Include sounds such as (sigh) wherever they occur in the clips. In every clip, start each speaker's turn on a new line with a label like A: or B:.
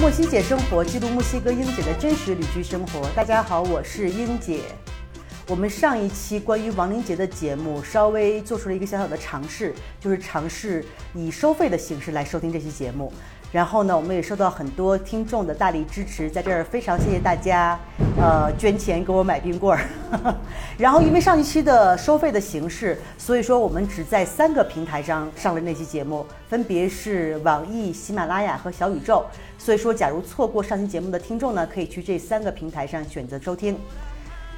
A: 墨西姐生活记录墨西哥英姐的真实旅居生活。大家好，我是英姐。我们上一期关于亡灵节的节目稍微做出了一个小小的尝试，就是尝试以收费的形式来收听这期节目。然后呢，我们也收到很多听众的大力支持，在这儿非常谢谢大家，呃，捐钱给我买冰棍儿。 (laughs) 然后因为上一期的收费的形式，所以说我们只在三个平台上上了那期节目，分别是网易、喜马拉雅和小宇宙。所以说，假如错过上期节目的听众呢，可以去这三个平台上选择收听。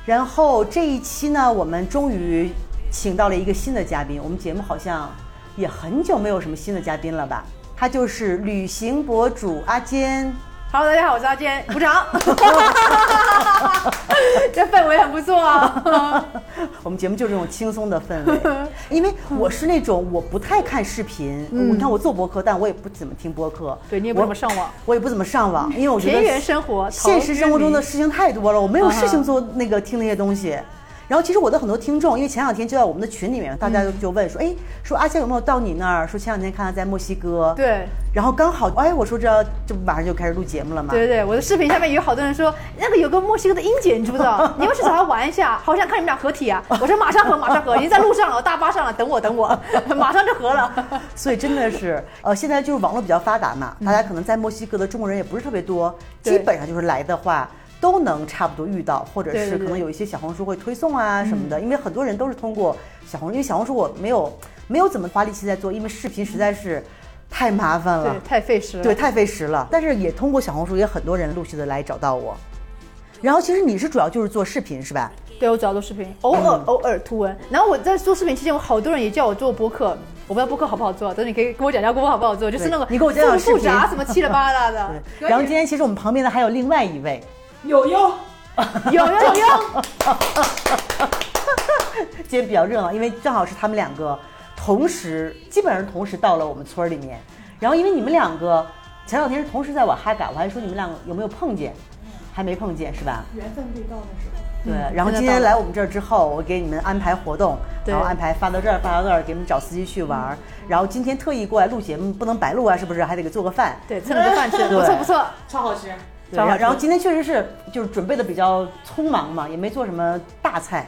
A: 然后这一期呢，我们终于请到了一个新的嘉宾。我们节目好像也很久没有什么新的嘉宾了吧？他就是旅行博主阿坚。 (laughs)
B: Hello，大家好，我是阿坚，鼓掌。 (laughs) 这氛围很不错啊。
A: 我们节目就是这种轻松的氛
B: (laughs)
A: 围，因为我是那种我不太看视频，你看我做播客，但我也不怎么听播客。
B: 嗯对你也不
A: 我
B: 怎么上网，
A: 我也不怎么上网，因为我觉得
B: 田园生活
A: 现实生活中的事情太多了，我没有
B: 嗯哼
A: 事情做那个听那些东西。然后其实我的很多听众，因为前两天就在我们的群里面，大家就
B: 嗯
A: 就问说，哎，说阿夏有没有到你那儿？说前两天看他在墨西哥，，
B: 对
A: 然后刚好，哎，我说这这不马上就开始录节目了嘛，
B: 对对对，我的视频下面有好多人说，哎那个有个墨西哥的英姐，你知不知 (laughs) 道？你要去找她玩一下，好想看你们俩合 (laughs) 体啊！我说马上合，马上合，已经在路上了，我大巴上了，等我，等我， (laughs) 马上就合 (laughs) 了。
A: 所以真的是，呃，现在就是网络比较发达嘛，大家可能在墨西哥的中国人也不是特别多，基
B: 嗯对
A: 本上就是来的话都能差不多遇到，或者
B: 对嗯
A: 是
B: 对
A: 可能
B: 对
A: 有一些小红书会推送啊什么的，因为很多人都是通过小红，因为小红书我没有没有怎么花力气在做，因为视频实在是太麻烦了
B: 对，，太费时了。
A: 对，太费时了。但是也通过小红书，也很多人陆续的来找到我。然后其实你是主要就是做视频是吧？
B: 对我主要做视
A: 嗯
B: 频，偶尔偶尔图文。然后我在做视频期间，我好多人也叫我做播客，我不知道播客好不好做，但是你可以跟我讲讲播客好不好做，就是那个
A: 你给我讲讲视频
B: 复杂什么七了八啦的。
A: 然后今天其实我们旁边的还有另外一位，
C: 有用，
B: (laughs) 有有有用。
A: (laughs) 今天比较热闹，因为正好是他们两个同时，基本上同时到了我们村儿里面。然后因为你们两个前两天是同时在瓦哈嘎，我还说你们两个有没有碰见，还没碰见是吧？
C: 缘分未到的时候，
A: 对
B: 嗯，
A: 然后
B: 真的
A: 今天
B: 到了
A: 来我们这儿之后，我给你们安排活动，
B: 对
A: 然后安排发到这儿，发到那儿，给你们找司机去玩儿。然后今天特意过来录节目，不能白录啊，是不是？还得给做个饭。
B: 对，蹭了
A: (laughs)
B: 个饭吃，不错不错。
C: 超好吃。
A: 对
B: 正好
A: 然后
B: 是
A: 今天确实是就是准备的比较匆忙嘛，也没做什么大菜。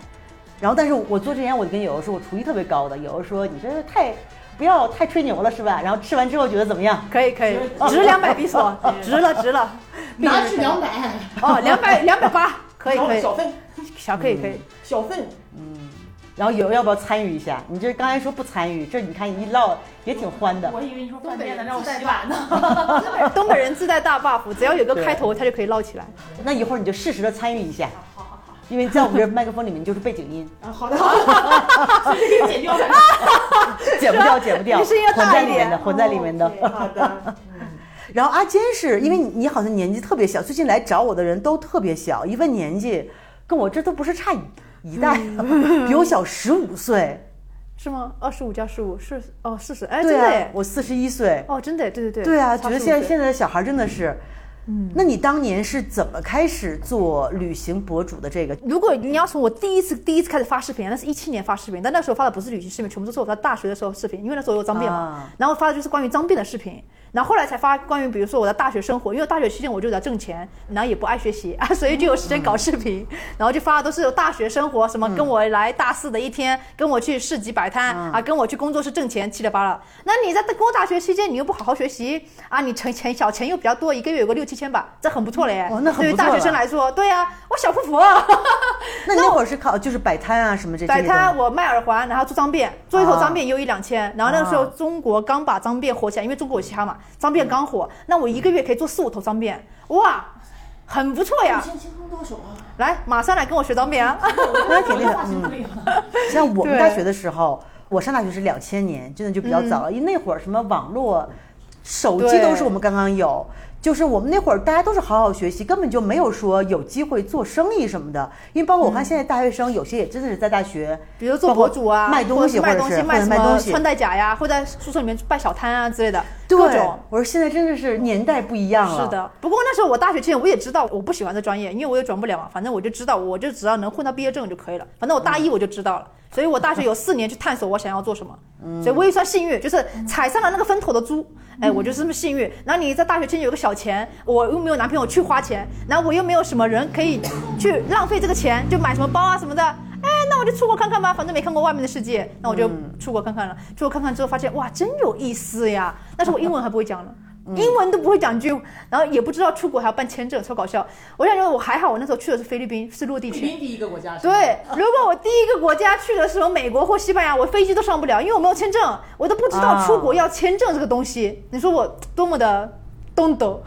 A: 然后，但是我做之前，我就跟友友说，我厨艺特别高的。友友说：“你这是太不要太吹牛了，是吧？”然后吃完之后觉得怎么样？
B: 可以可以，
A: 哦
B: 值两百比索，值了值了。
C: 拿去两百，
B: (laughs) 哦，两百两百八，可以
C: 小
B: 可
A: 哦
B: 以，
C: 小份，
B: 小可以可以。
C: 小份，
A: 然后友友要不要参与一下？你这刚才说不参与，这你看一唠也挺欢的。
C: 以为你说
D: 东
C: 饭
D: 北
C: 店的
D: 人
C: 让我
D: 自带
C: 洗碗呢。
B: 东北人自带大 buff，只要有个开头，他就可以唠起来。
A: 那一会儿你就适时的参与一下，
C: 好好好，
A: 因为在我们这麦克风里面你就是背景音，
B: (laughs)
C: 啊好的好的，直接给剪掉了。
A: 剪不掉，剪不掉，
B: 你声音要
A: 混
B: 大
A: 在
B: 一
A: 里面
B: 点哦
A: 的，混在里面的。
C: 哦 OK，好的，
A: 然后阿坚是因为你
B: 嗯
A: 你好像年纪特别小，最近来找我的人都特别小，一问年纪，跟我这都不是差一一代，(laughs)
B: 嗯
A: 比我小十五岁。
B: 是吗？二十五加十五是哦，四十。哎，真
A: 对
B: 的
A: 啊
B: 耶，，
A: 我四十一岁。
B: 哦，真的耶，对对对。
A: 对啊，觉
B: 差
A: 得
B: 15
A: 现在
B: 岁
A: 现在的小孩真的是，嗯，那你当年是怎么开始做旅行博主的这个？
B: 如果你要从我第一次第一次开始发视频，那是一七年发视频，但那时候发的不是旅行视频，全部都是我在大学的时候视频，因为那时候有脏辫嘛，
A: 啊
B: 然后发的就是关于脏辫的视频，然后后来才发关于比如说我的大学生活，因为大学期间我就在挣钱，然后也不爱学习啊， (laughs) 所以就有时间搞视频，然后就发的都是有大学生活，什么
A: 嗯
B: 跟我来大四的一天，跟我去市集摆摊、啊，跟我去工作室挣钱，七了八了。那你在工大学期间，你又不好好学习啊，你成钱小钱又比较多，一个月有个六七千吧，这很不错嘞，
A: 哦那很
B: 对于
A: 不错
B: 大学
A: 了
B: 生来说，对呀、我小富婆、啊。
A: 那你那会儿是靠就是摆摊啊什么这
B: 摆摊，
A: 这些东西
B: 我卖耳环，然后做脏辫，做一头
A: 啊
B: 脏辫也有一两千。然后那个时候
A: 啊嗯
B: 中国刚把脏辫火起来，因为中国有嘻哈嘛，脏辫刚火。那我一个月可以做四五头脏辫，哇，很不错
A: 嗯
B: 呀！
C: 先轻松到手啊，
B: (laughs) 来，马上来跟我学脏辫啊！
A: 那挺厉害
C: 发型可以了。
A: (laughs) 像我们
B: 对嗯
A: 大学的时候，我上大学是两千年，真的就比较早了。因为那会儿什么网络、手机
B: 对
A: 都是我们刚刚有，就是我们那会儿大家都是好好学习，根本就没有说有机会做生意什么的。因为包括
B: 嗯
A: 我看现在大学生有些也真的是在大学，
B: 比如做博主啊，
A: 包括卖东西
B: 或者是
A: 或者
B: 卖东
A: 是或
B: 西，卖什
A: 者卖
B: 么
A: 东西
B: 穿戴甲呀，或者在宿舍里面去摆小摊啊之类的，
A: 对
B: 各种。，
A: 我说现在真的是年代不一样了。
B: 是，的，不过那时候我大学期间我也知道我不喜欢这专业，因为我也转不了嘛。反正我就知道，我就只要能混到毕业证就可以了。反正我大一我就知道了，所以我大学有四年去探索我想要做什么，
A: 嗯
B: 所以我也算幸运，就是踩上了那个风头的猪，哎，我就是这么幸运。然后你在大学期间有个小钱，我又没有男朋友去花钱，然后我又没有什么人可以去浪费这个钱，就买什么包啊什么的，哎，那我就出国看看吧，反正没看过外面的世界，那我就出国看看了。出国看看之后发现，哇，真有意思呀！但是我英文还不会讲呢。英文都不会讲句，然后也不知道出国还要办签证，超搞笑。我想说，我还好，我那时候去的是菲律宾，是落地
C: 菲律
B: 签。
C: 宾第一个国家是吧，
B: 对，如果我第一个国家去的时候，美国或西班牙，我飞机都上不了，因为我没有签证，我都不知道
A: 啊
B: 出国要签证这个东西。你说我多么的懂懂。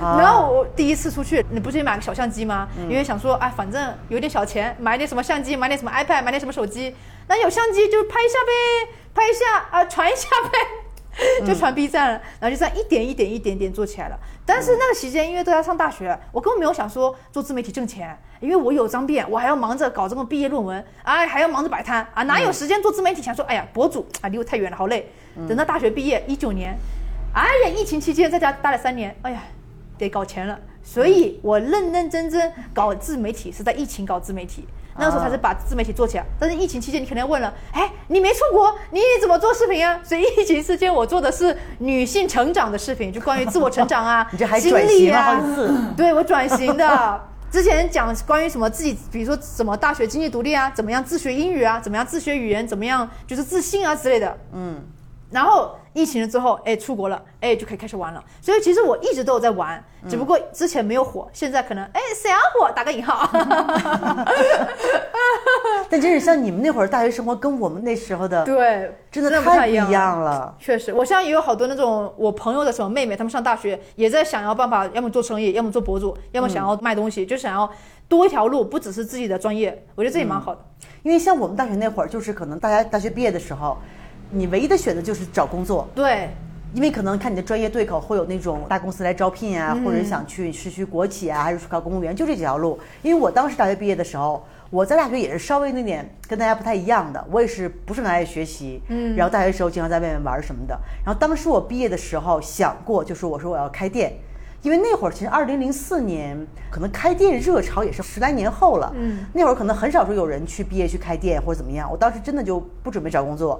A: 啊
B: 然后我第一次出去，你不是也买个小相机吗？因为想说，哎，反正有点小钱，买点什么相机，买点什么 iPad，买点什么手机，那有相机就拍一下呗，拍一下啊、传一下呗， (laughs) 就传 B 站了，然后就这样一点一点一点点做起来了。但是那个时间，因为都在上大学，我根本没有想说做自媒体挣钱，因为我有脏辫，我还要忙着搞这个毕业论文，哎，还要忙着摆摊啊，哪有时间做自媒体？想说，哎呀，博主啊，离我太远了，好累。等到大学毕业，一九年，哎呀，疫情期间在家待了三年，哎呀，得搞钱了，所以我认认真真搞自媒体是在疫情搞自媒体，那个时候才是把自媒体做起来。但是疫情期间，你肯定问了，哎，你没出国，你怎么做视频啊？所以疫情期间我做的是女性成长的视频，就关于自我成长啊
A: (laughs) 你这还、
B: 经
A: 转
B: 历
A: 型了
B: 啊
A: 好几，次，
B: (laughs) 对我转型的。之前讲关于什么自己，比如说怎么大学经济独立啊，怎么样自学英语啊，怎么样自学语言，怎么样就是自信啊之类的。
A: 嗯，
B: 然后疫情了之后，哎，出国了，哎，就可以开始玩了。所以其实我一直都有在玩，
A: 嗯
B: 只不过之前没有火，现在可能哎谁要火打个引号。
A: 但真是像你们那会儿大学生活跟我们那时候的
B: (laughs) 对，
A: 真的
B: 真的不
A: 太
B: 太
A: 不
B: 一样啊
A: 一样了。
B: 确实，我现在也有好多那种我朋友的什么妹妹，她们上大学也在想要办法，要么做生意，要么做博主，要么想要卖东西，就想要多一条路，不只是自己的专业。我觉得这也蛮好的。
A: 因为像我们大学那会儿，就是可能大家大学毕业的时候，你唯一的选择就是找工作，
B: 对，
A: 因为可能看你的专业对口会有那种大公司来招聘啊，或者想去是去国企啊，还是去考公务员，就这几条路。因为我当时大学毕业的时候，我在大学也是稍微那点跟大家不太一样的，我也是不是很爱学习，嗯，然后大学时候经常在外面玩什么的。然后当时我毕业的时候想过，就是我说我要开店。因为那会儿其实二零零四年，可能开店热潮也是十来年后了。
B: 嗯，
A: 那会儿可能很少说有人去毕业去开店或者怎么样。我当时真的就不准备找工作，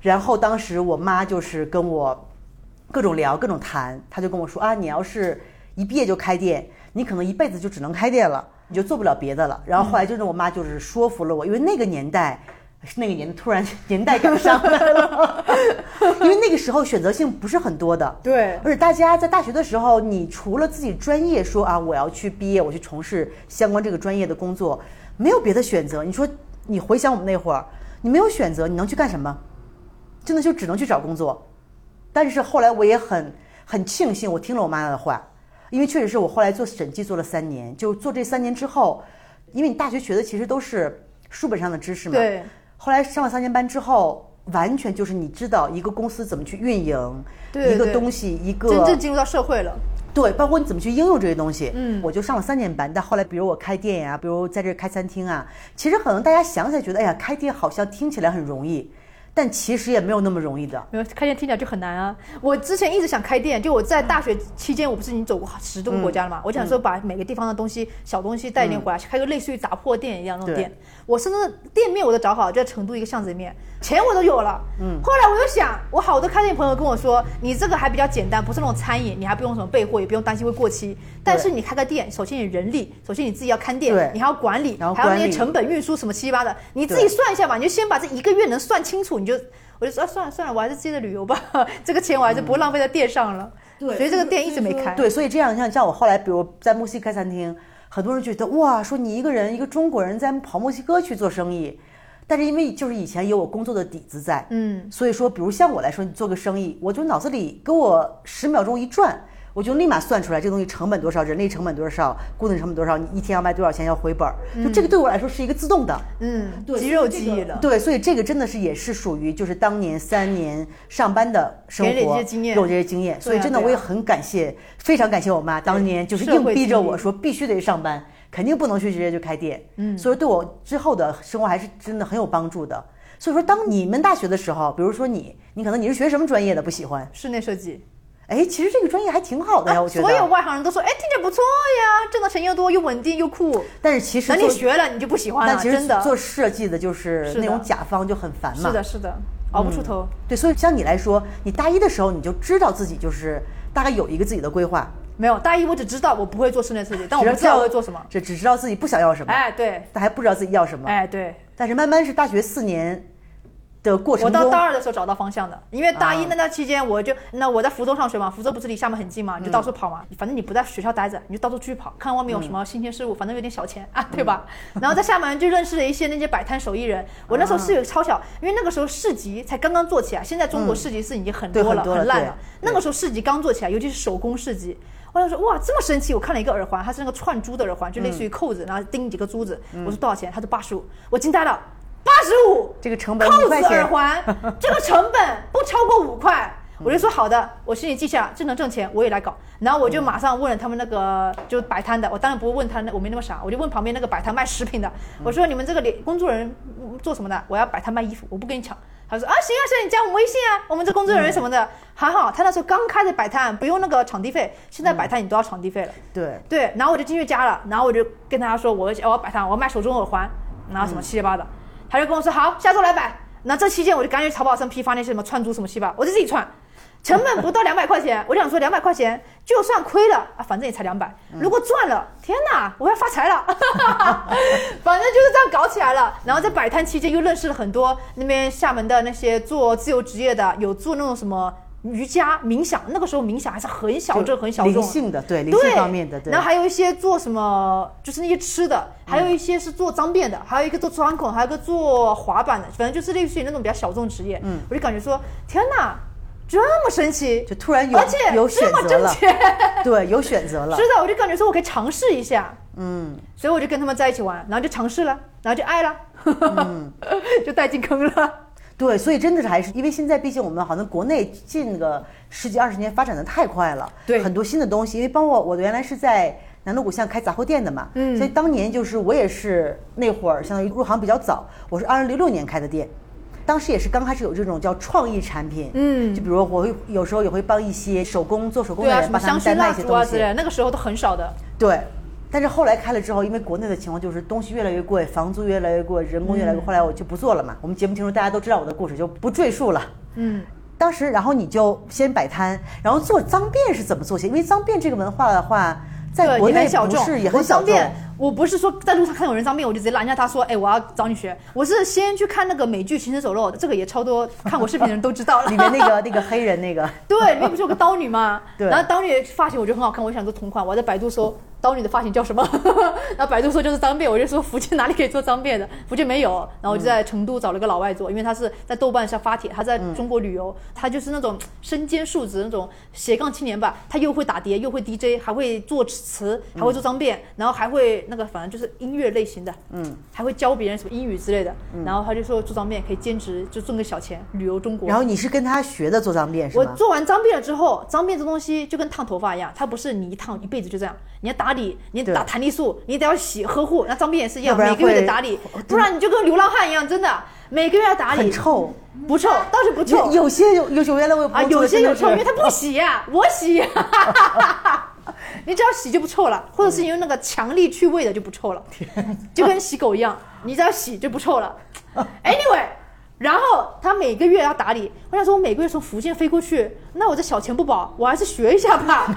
A: 然后当时我妈就是跟我各种聊，各种谈，她就跟我说啊，你要是一毕业就开店，你可能一辈子就只能开店了，你就做不了别的了。然后后来就是我妈就是说服了我，因为那个年代。是那个年突然 (laughs) 年代感上来了，因为那个时候选择性不是很多的，
B: 对
A: 而且大家在大学的时候，你除了自己专业说啊，我要去毕业，我去从事相关这个专业的工作，没有别的选择。你说你回想我们那会儿，你没有选择，你能去干什么？真的就只能去找工作。但是后来我也很很庆幸，我听了我妈的话，因为确实是我后来做审计做了三年，就做这三年之后，因为你大学学的其实都是书本上的知识嘛，
B: 对，
A: 后来上了三年班之后，完全就是你知道一个公司怎么去运营，
B: 对
A: 一个
B: 对
A: 东西一个
B: 真正进入到社会了。
A: 对，包括你怎么去应用这些东西。
B: 嗯
A: 我就上了三年班，但后来比如我开店呀、比如在这开餐厅啊，其实可能大家想起来觉得，哎呀，开店好像听起来很容易，但其实也没有那么容易的。
B: 没有开店听起来就很难啊！我之前一直想开店，就我在大学期间，我不是已经走过十多个国家
A: 嗯
B: 了嘛？我想说把每个地方的东西、小东西带一点回来，开个类似于杂货店一样那种
A: 对
B: 店。我甚至店面我都找好，就在成都一个巷子里面，钱我都有了。嗯，后来我又想，我好多开店朋友跟我说，你这个还比较简单，不是那种餐饮，你还不用什么备货，也不用担心会过期。但是你开个店，首先你人力，首先你自己要看
A: 对
B: 店，你还要管理，
A: 然后
B: 还有那
A: 管
B: 些
A: 理
B: 成本运输什么七七八的，你自己
A: 对
B: 算一下吧，你就先把这一个月能算清楚，你就我就说、啊、算了算了，我还是接着旅游吧， (laughs) 这个钱我还是不会浪费在店上了。
A: 嗯
C: 对
B: 所以这个店一直没开。
A: 对，所以这样像像我后来，比如在墨西哥开餐厅，很多人觉得哇，说你一个人一个中国人在跑墨西哥去做生意，但是因为就是以前有我工作的底子在，
B: 嗯，
A: 所以说比如像我来说，你做个生意，我就脑子里给我十秒钟一转。我就立马算出来这个东西成本多少，人力成本多少，固定成本多少，你一天要卖多少钱，要回本儿，就这个对我来说是一个自动的。
B: 嗯，
C: 对
B: 肌肉
C: 所以
B: 记
C: 这个
B: 忆了。
A: 对，所以这个真的是也是属于就是当年三年上班的生活，
B: 给了你这些经验
A: 给我这些经验，所以
B: 对啊
A: 真的
B: 对啊
A: 我也很感谢，非常感谢我妈当年就是
B: 社
A: 硬
B: 会
A: 逼着
B: 经历
A: 我说必须得上班，肯定不能去直接就开店，嗯，所以对我之后的生活还是真的很有帮助的。所以说，当你们大学的时候，比如说你，你可能你是学什么专业的不喜欢，
B: 室内设计，
A: 哎，其实这个专业还挺好的呀，我觉得。
B: 啊所有外行人都说，哎，听着不错呀，挣的钱又多，又稳定又酷。
A: 但是其实
B: 等你
A: 做
B: 学了，你就不喜欢
A: 但
B: 了，
A: 其实
B: 真的。
A: 做设计的就是
B: 是的
A: 那种甲方就很烦嘛。
B: 是的，是的，熬不出头。
A: 对，所以像你来说，你大一的时候你就知道自己就是大概有一个自己的规划，
B: 没有大一，我只知道我不会做室内设计，但我
A: 嗯只
B: 不知道我会做什么。
A: 只只知道自己不想要什么，
B: 哎，对，
A: 但还不知道自己要什么。
B: 哎，对。
A: 但是慢慢是大学四年的过
B: 我
A: 程
B: 到
A: 中，
B: 大二的时候找到方向的，因为大一
A: 啊
B: 那段期间我就那我在福州上学嘛，福州不是离厦门很近嘛，你就到
A: 嗯
B: 处跑嘛，反正你不在学校待着，你就到处去跑，看外面有什么新鲜事物，反正有点小钱啊，对吧？
A: 嗯
B: (laughs) 然后在厦门就认识了一些那些摆摊手艺人，我那时候
A: 啊
B: 是有超小，因为那个时候市集才刚刚做起来，现在中国市集是已经很
A: 嗯对
B: 多
A: 很
B: 了，
A: 多了
B: 很烂
A: 对
B: 了。那个时候市集刚做起来，尤其是手工市集。我想说，哇，这么神奇！我看了一个耳环，它是那个串珠的耳环，就类似于
A: 嗯
B: 扣子，然后钉几个珠子。我说多少钱？他说八十五，我惊呆了，八十五！
A: 这个成本
B: 扣
A: 五
B: 子
A: 块
B: 耳
A: 钱，
B: 环， (laughs) 这个成本不超过五块。
A: 嗯
B: 我就说好的，我心里记下，这能挣钱我也来搞。然后我就马上问了他们那个就摆摊的，我当然不会问他那，我没那么傻，我就问旁边那个摆摊卖食品的，
A: 嗯
B: 我说你们这个连工作人员嗯做什么的？我要摆摊卖衣服，我不跟你抢。他说啊行啊行，你加我们微信啊，我们这工作人员什么的
A: 嗯
B: 还好，他那时候刚开始摆摊，不用那个场地费，现在摆
A: 嗯
B: 摊你都要场地费了。
A: 对，
B: 对，然后我就进去加了，然后我就跟他说我要我要摆摊，我要卖手中耳环，然后什么七七八的，他就跟我说好，下周来摆。那这期间我就赶紧去淘宝上批发那些什么串珠什么七八，我就自己串，成本不到两百块钱， (laughs) 我就想说两百块钱就算亏了啊，反正也才两百，如果赚了，天哪，我要发财了， (laughs) 反正就是这样搞起来了。然后在摆摊期间又认识了很多那边厦门的那些做自由职业的，有做那种什么瑜伽冥想，那个时候冥想还是很小众很小众啊
A: 灵
B: 的，
A: 性的，对灵
B: 对
A: 性方面的，对嗯
B: 然后还有一些做什么，就是那些吃的，还有一些是做脏辫的，还有一个做窗口，还有一个做滑板的，反正就是类似于那种比较小众职业。嗯，我就感觉说，天哪，这么神奇，
A: 就突然有
B: 而且
A: 有选
B: 这么
A: 择
B: 正
A: 了，
B: 确，
A: 对，有选择了
B: 是，的，我就感觉说我可以尝试一下，
A: 嗯，
B: 所以我就跟他们在一起玩，然后就尝试了，然后就爱了，
A: 嗯
B: (laughs) 就带进坑了。
A: 对，所以真的是还是因为现在毕竟我们好像国内近个十几二十年发展的太快了，
B: 对
A: 很多新的东西，因为包括我原来是在。南锣鼓巷开杂货店的嘛，嗯，所以当年就是我也是那会儿相当于入行比较早，我是二零零六年开的店，当时也是刚开始有这种叫创意产品，
B: 嗯
A: 就比如我会有时候也会帮一些手工做手工
B: 对
A: 的
B: 啊，什
A: 人
B: 么
A: 帮他
B: 香
A: 们代
B: 薰
A: 卖
B: 蜡
A: 一些
B: 烛
A: 东
B: 啊
A: 西
B: 之，类的，那个时候都很少的。
A: 对，但是后来开了之后，因为国内的情况就是东西越来越贵，房租越来越贵，人工越来越
B: 嗯
A: 贵，后来我就不做了嘛。我们节目听众大家都知道我的故事，就不赘述了。
B: 嗯，
A: 当时，然后你就先摆摊，然后做脏辫是怎么做起？因为脏辫这个文化的话，在
B: 对，
A: 国
B: 也
A: 内
B: 很小
A: 不
B: 众，
A: 是也很
B: 我
A: 小
B: 脏
A: 众。
B: 辫，我不是说在路上看有人脏辫，我就直接拦下他说：“哎，我要找你学。”我是先去看那个美剧《行尸走肉》，这个也超多看我视频的人都知道了。
A: 里面那个那个黑人那
B: (laughs)
A: 个，
B: 对，里面不是有个刀女吗？
A: 对
B: 然后刀女发型我觉得很好看，我想做同款。我在百度搜刀女的发型叫什么， (laughs) 然后百度搜就是脏辫，我就说福建哪里可以做脏辫的，福建没有。然后我就在成都找了个老外做，因为他是在豆瓣上发帖，他在中国旅游，他就是那种身兼数职那种斜杠青年吧，他又会打碟，又会 DJ，还会作词，还会做脏辫，然后还会那个反正就是音乐类型的，嗯，还会教别人什么英语之类的。然后他就说做脏辫可以兼职，就挣个小钱，旅游中
A: (laughs)
B: 国。
A: 然后你是跟他学的做脏辫是
B: 我
A: 吗？
B: 做完脏辫了之后，脏辫这东西就跟烫头发一样，它不是你一烫一辈子就这样，你要打理，你
A: 对
B: 打弹力素，你得要洗呵护。那脏辫也是一
A: 要
B: 样，
A: 不然
B: 每个月
A: 会
B: 得打理，不然你就跟流浪汉一样，真的每个月要打理。
A: 很，臭，
B: 不臭？倒是不
A: 有
B: 臭
A: 有些有有原来我有朋
B: 啊，
A: 友做
B: 有
A: 的
B: 些
A: 真
B: 有
A: 的是
B: 臭，因为他不洗呀、我
A: (laughs)
B: 洗呀、你只要洗就不臭了，或者是用那个强力去味的就不臭了，就跟洗狗一样，你只要洗就不
A: (laughs)
B: 臭了。Anyway，然后他每个月要打理，我想说，我每个月从福建飞过去，那我这小钱不保，我还是学一下吧， (laughs)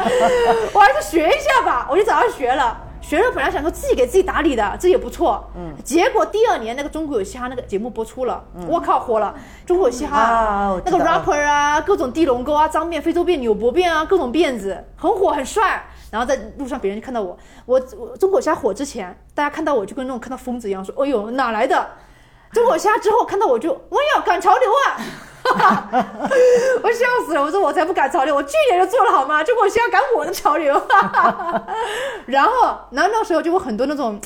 B: 我还是学一下吧，我就早上学了。学了本来想说自己给自己打理的，这也不错，嗯，结果第二年那个《中国有嘻哈》那个节目播出了，我靠火了，《中国有嘻哈》
A: 嗯啊我知
B: 那个
A: 道
B: rapper 啊，各种地龙沟啊、脏辫、非洲辫、纽博辫啊，各种辫子，很火很帅。然后在路上别人就看到我，我我中国虾火之前，大家看到我就跟那种看到疯子一样说：“哎呦，哪来的？”中国虾之后看到我就，我要赶潮流啊！ (laughs) 我笑死了，我说我才不赶潮流，我去年就做了好吗？中国虾赶我的潮流， (laughs) 然后然后那时候就有很多那种。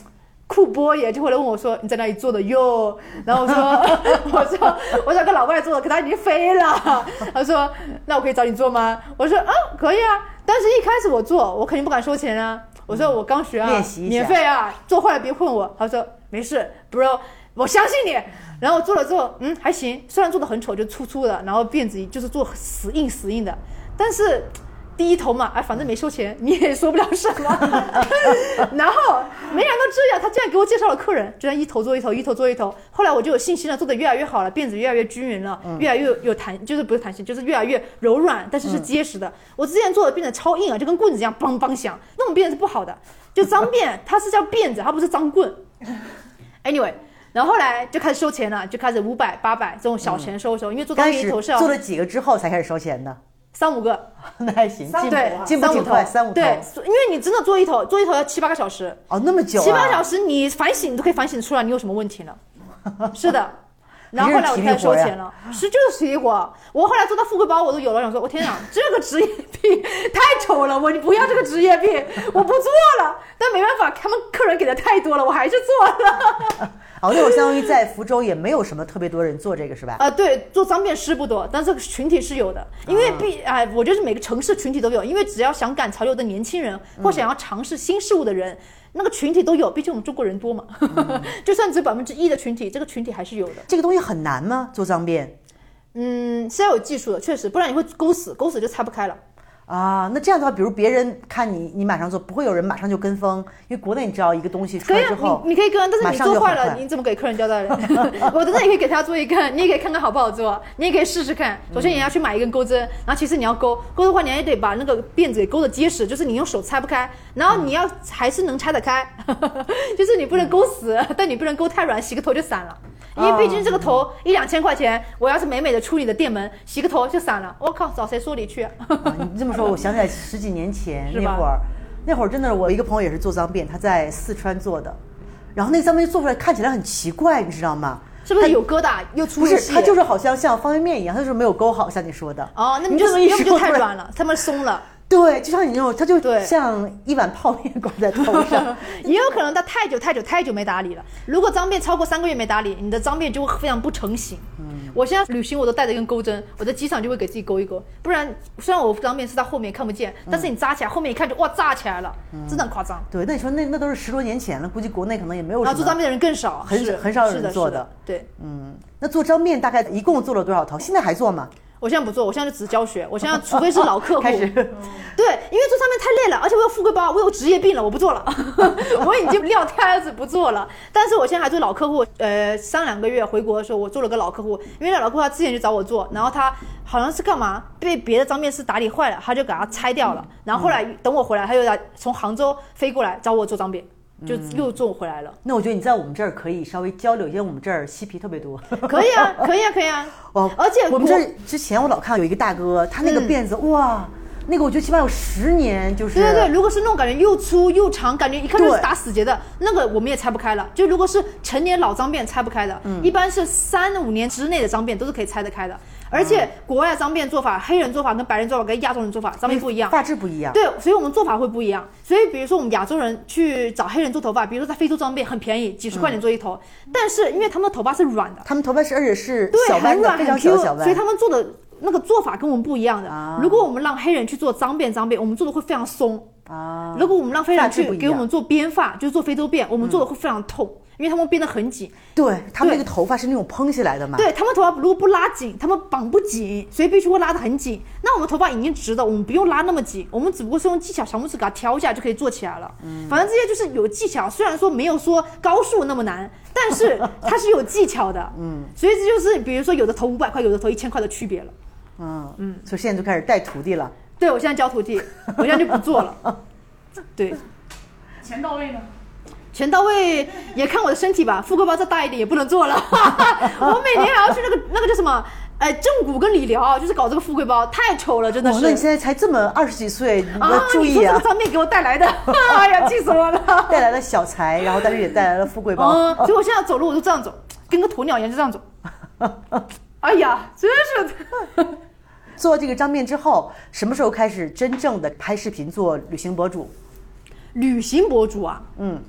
B: 酷波也就会来问我说你在哪里做的哟，然后我说 (laughs) 我说我找个老外做的，可他已经飞了。他说那我可以找你做吗？我说啊可以啊，但是一开始我做我肯定不敢收钱啊。我说我刚学啊，
A: 练习一下
B: 免费啊，做坏了别混我。他说没事，bro，我相信你。然后我做了之后，嗯还行，虽然做的很丑，就粗粗的，然后辫子就是做死硬死硬的，但是低头嘛，哎，反正没收钱，你也说不了什么。 (laughs) 然后没想到这样，他竟然给我介绍了客人，居然一头做一头，一头做一头。后来我就有信心了，做的越来越好了，辫子越来越均匀了，
A: 嗯
B: 越来越有弹，就是不是弹性，就是越来越柔软，但是
A: 嗯
B: 是结实的。我之前做的辫子超硬啊，就跟棍子一样，梆梆响，那种辫子是不好的。就脏辫，它是叫辫子，它不是脏棍。Anyway，然后后来就开始收钱了，就开始五百、八百这种小钱收一收，因为做
A: 嗯开
B: 单一
A: 始
B: 头是要
A: 做了几个之后才开始收钱的， (laughs)
B: 三五个，
A: 那还行，
C: 三
A: 进
C: 五
B: 对
C: 头啊，
A: 进步挺快，三五头，
B: 对，因为你真的做一头，做一头要七八个小时，
A: 哦，那么久、啊，
B: 七八个小时你反省，你都可以反省出来你有什么问
A: (laughs)
B: 题了。是的。然后后来我就开始收钱了，是就是体力活。我后来做到富贵包我都有了，想说，我天哪，这个职业病太丑了，我你不要这个职业病，我不做了。但没办法，他们客人给的太多了，我还是做了。
A: 哦，那会儿相当于在福州也没有什么特别多人做这个是吧？
B: 啊，对，做脏辫师不多，但是群体是有的，因为必哎、我觉得是每个城市群体都有，因为只要想赶潮流的年轻人或想要尝试新事物的人，那个群体都有，毕竟我们中国人多嘛， (laughs) 就算只有百分之一的群体，这个群体还是有的。
A: 这个东西很难吗？做脏辫
B: 嗯，是要有技术的，确实，不然你会勾死，勾死就拆不开了。
A: 啊？那这样的话，比如别人看你，你马上做，不会有人马上就跟风，因为国内你知道一个东西出
B: 可以
A: 来之
B: 啊，
A: 后
B: 你，你可以跟，但是
A: 马
B: 你
A: 上
B: 做
A: 就
B: 坏
A: 很
B: 了，
A: 快
B: 你怎么给客人交代呢？ (laughs) 我等等也可以给他做一根，你也可以看看好不好做，你也可以试试看。
A: 嗯
B: 首先你要去买一根钩针，然后其次你要勾勾的话，你还得把那个辫子给勾的结实，就是你用手拆不开，然后你
A: 嗯
B: 要还是能拆得开， (laughs) 就是你不能勾死，但你不能勾太软，洗个头就散了。因为
A: 啊
B: 毕竟这个头一两千块钱，我要是美美的出你的店门，洗个头就散了，我靠，找谁说理去啊？ (laughs)
A: 啊你这么说，我想起来十几年前
B: 是吧
A: 那会儿，那会儿真的，我一个朋友也是做脏辫，他在四川做的，然后那脏辫做出来看起来很奇怪，你知道吗？
B: 是不是有疙瘩又粗
A: 不
B: 又
A: 是，
B: 细？
A: 它就是好像像方便面一样，它就是没有勾好，像你说的。
B: 哦，那你
A: 这
B: 就
A: 么
B: 是
A: 一
B: 要不就
A: 说
B: 太
A: 出来
B: 软了，他们松了。
A: 对，就像你那种，它就
B: 对
A: 像一碗泡面 (laughs) 挂在头上。
B: (laughs) 也有可能他太久太久太久没打理了。如果脏辫超过三个月没打理，你的脏辫就会非常不成形。嗯，我现在旅行我都带着一根钩针，我在机场就会给自己勾一勾，不然虽然我脏辫是在后面看不见，
A: 嗯
B: 但是你扎起来后面一看就哇炸起来了，真的很夸张。
A: 对，那你说那那都是十多年前了，估计国内可能也没有
B: 然
A: 什
B: 啊后做脏辫
A: 么。
B: 的人更少，
A: 很
B: 是
A: 很少有
B: 是
A: 人
B: 的，
A: 做
B: 是
A: 的
B: 的。对，
A: 嗯那做张面大概一共做了多少头？现在还做吗？
B: 我现在不做，我现在就只是教学。我
A: (laughs)
B: 现在除非是老客户，嗯
A: 开始
B: 对，因为做上面太累了，而且我有富贵包，我有职业病了，我不做了， (laughs) 我已经撂挑子不做了。但是我现在还做老客户，呃，上两个月回国的时候，我做了个老客户，因为那老客户他之前就找我做，然后他好像是干嘛被别的张面师打理坏了，他就给他拆掉了。
A: 嗯
B: 然后后来等我回来，他又来从杭州飞过来找我做张辫，就又做回
A: (laughs)
B: 来了。
A: 那我觉得你在我们这儿可以稍微交流一下，我们这儿嬉皮特别
B: (laughs)
A: 多。
B: 可以啊，可以啊，可以啊。
A: 哦，
B: 而且
A: 我们这儿之前我老看有一个大哥，他那个
B: 嗯
A: 辫子、哇，那个我觉得起码有十年，就是
B: 对对对，如果是那种感觉又粗又长，感觉一看就是
A: 对
B: 打死结的那个，我们也拆不开了。就如果是成年老脏辫拆不开的，
A: 嗯
B: 一般是三五年之内的脏辫都是可以拆得开的。而
A: 嗯
B: 且国外脏辫做法，黑人做法跟白人做法跟亚洲人做法脏辫不一样。
A: 发质不一样。
B: 对，所以我们做法会不一样。所以比如说我们亚洲人去找黑人做头发，比如说在非洲装辫很便宜，几十块
A: 嗯
B: 钱做一头，但是因为他们的头发是软的，
A: 他们头发是而且是小
B: 对，
A: 弯
B: 很
A: 的，
B: 软
A: 非
B: 很
A: 常
B: Q，
A: 小的小
B: 所
A: 弯。
B: 以他们做的那个做法跟我们不一样的。
A: 啊
B: 如果我们让黑人去做脏辫，脏辫我们做的会非常松。
A: 啊，
B: 如果我们让非
A: 发
B: 人
A: 质不
B: 去
A: 一
B: 给我
A: 样嗯
B: 们做编发，就是做非洲辫，我们做的会非常痛，因为他们编得很紧。
A: 对他们那
B: 对
A: 个头发是那种蓬起来的嘛。
B: 对他们头发如果不拉紧，他们绑不紧，所以必须会拉得很紧。那我们头发已经直的，我们不用拉那么紧，我们只不过是用技巧小拇指给它挑一下就可以做起来了。
A: 嗯
B: 反正这些就是有技巧，虽然说没有说高数那么
A: (laughs)
B: 难，但是它是有技巧的。嗯，所以这就是比如说有的投五百块，有的投一千块的区别了。
A: 嗯嗯，所以现在就开始带徒弟了。
B: 对我现在教徒弟，我现在就不
A: (laughs)
B: 做了。对。
C: 钱到位呢？
B: 全到位，也看我的身体吧。富贵包再大一点也不能
A: (laughs)
B: 做了。我每年还要去那个那个叫什么，呃，正骨跟理疗，就是搞这个富贵包，太丑了，真的
A: 哇，那你
B: 是。
A: 现在才这么二十几岁，你
B: 啊
A: 要，注
B: 你说
A: 意
B: 这
A: 啊
B: 个！脏面给我带来的，
A: (laughs)
B: 哎呀，气死我了。
A: 带来了小财，然后但是也带来了富贵包。
B: 嗯，所以我现在走路我就这样走，跟个鸵鸟一样就
A: (laughs)
B: 这样走。哎呀，真是
A: 做这个张面之后，什么时候开始真正的拍视频做旅行博主？
B: 旅行博主啊！
A: 嗯，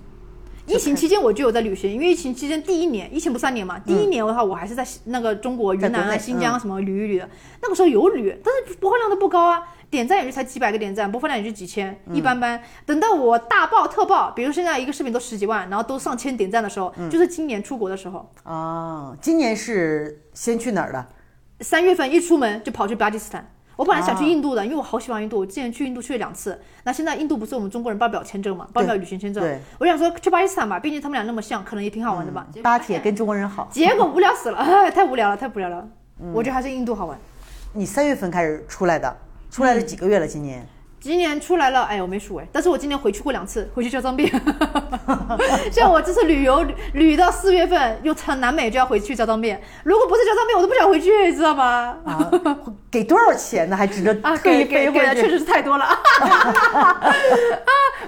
B: 疫情期间我就有在旅行，因为疫情期间第一年，疫情不三年嘛，第一年的话我还是在西那个中国云
A: 嗯在
B: 南
A: 国
B: 啊、
A: 内嗯
B: 新疆什么旅一旅的，那个时候有旅，但是播放量都不高啊，点赞也就才几百个点赞，播放量也就几千，
A: 嗯
B: 一般般。等到我大爆特爆，比如现在一个视频都十几万，然后都上千点赞的时候，
A: 嗯
B: 就是今年出国的时候，
A: 啊，今年是先去哪儿的？
B: 三月份一出门就跑去巴基斯坦。我本来
A: 啊
B: 想去印度的，因为我好喜欢印度，我之前去印度去了两次。那现在印度不是我们中国人办不了签证嘛，办不了旅行签证
A: 对。
B: 我想说去巴基斯坦吧，毕竟他们俩那么像，可能也挺好玩的吧。结果
A: 嗯巴铁跟中国人好。
B: 结果无聊死了， (laughs) 哎，太无聊了，太无聊了。
A: 嗯
B: 我觉得还是印度好玩。
A: 你三月份开始出来的，出来了几个月了？今年
B: 今年出来了，哎，我没数哎，但是我今年回去过两次，回去交脏
A: (laughs)
B: 辫。像我这次旅游旅旅到四月份，又从南美就要回去交脏辫，如果不是交脏辫，我都不想回去，知道吗？
A: 啊，给多少钱呢？还值得
B: (laughs) 啊，
A: 特意
B: 给
A: 飞
B: 给给
A: 回
B: 的确
A: 去？
B: 实是太多了。 (laughs) 啊，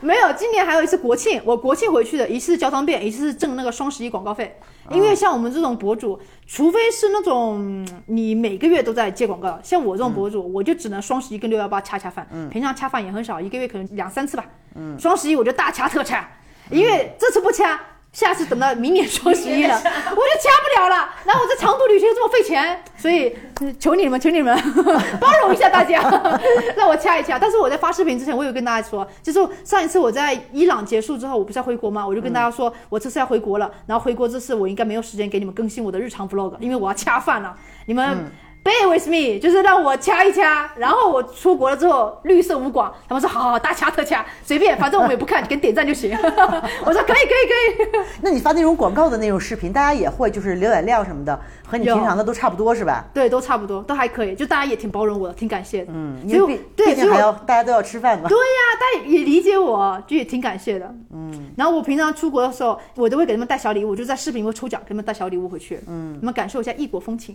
B: 没有，今年还有一次国庆，我国庆回去的，一次是交通便，一次是挣那个双十一广告费。因
A: 嗯
B: 为像我们这种博主，除非是那种嗯你每个月都在接广告，像我这种博
A: 嗯
B: 主，我就只能双十一跟六幺八掐掐饭，平常掐饭也很少，一个月可能两三次吧。
A: 嗯
B: 双十一我就大掐特掐，因为这次不掐。下次等到明年双十一了， (laughs) 我就掐不了了。然后我这长途旅行又这么费钱，所以嗯求你们，求你们 (laughs) 包容一下大家， (laughs) 让我掐一掐。但是我在发视频之前，我有跟大家说，就是上一次我在伊朗结束之后，我不是要回国吗？我就跟大家说，我这次要回国了。然后回国这次我应该没有时间给你们更新我的日常 vlog，因为我要掐饭了。你们。Bear with me，就是让我掐一掐，然后我出国了之后绿色无广，他们说好好好大掐特掐，随便，反正我们也不看，给你点赞就行。 (laughs) 我说可以可以可以，
A: 那你发那种广告的那种视频，大家也会就是浏览量什么的，和你
B: 有
A: 平常的都差不多是吧？
B: 对，都差不多，都还可以，就大家也挺包容我的，挺感谢的。嗯所以
A: 因
B: 我
A: 为毕
B: 对，
A: 毕
B: 所以
A: 竟
B: 我
A: 还要大家都要吃饭嘛。
B: 对呀、大家也理解我，就也挺感谢的。嗯，然后我平常出国的时候，我都会给他们带小礼物，就在视频会抽奖，给他们带小礼物回去。嗯，你们感受一下异国风情。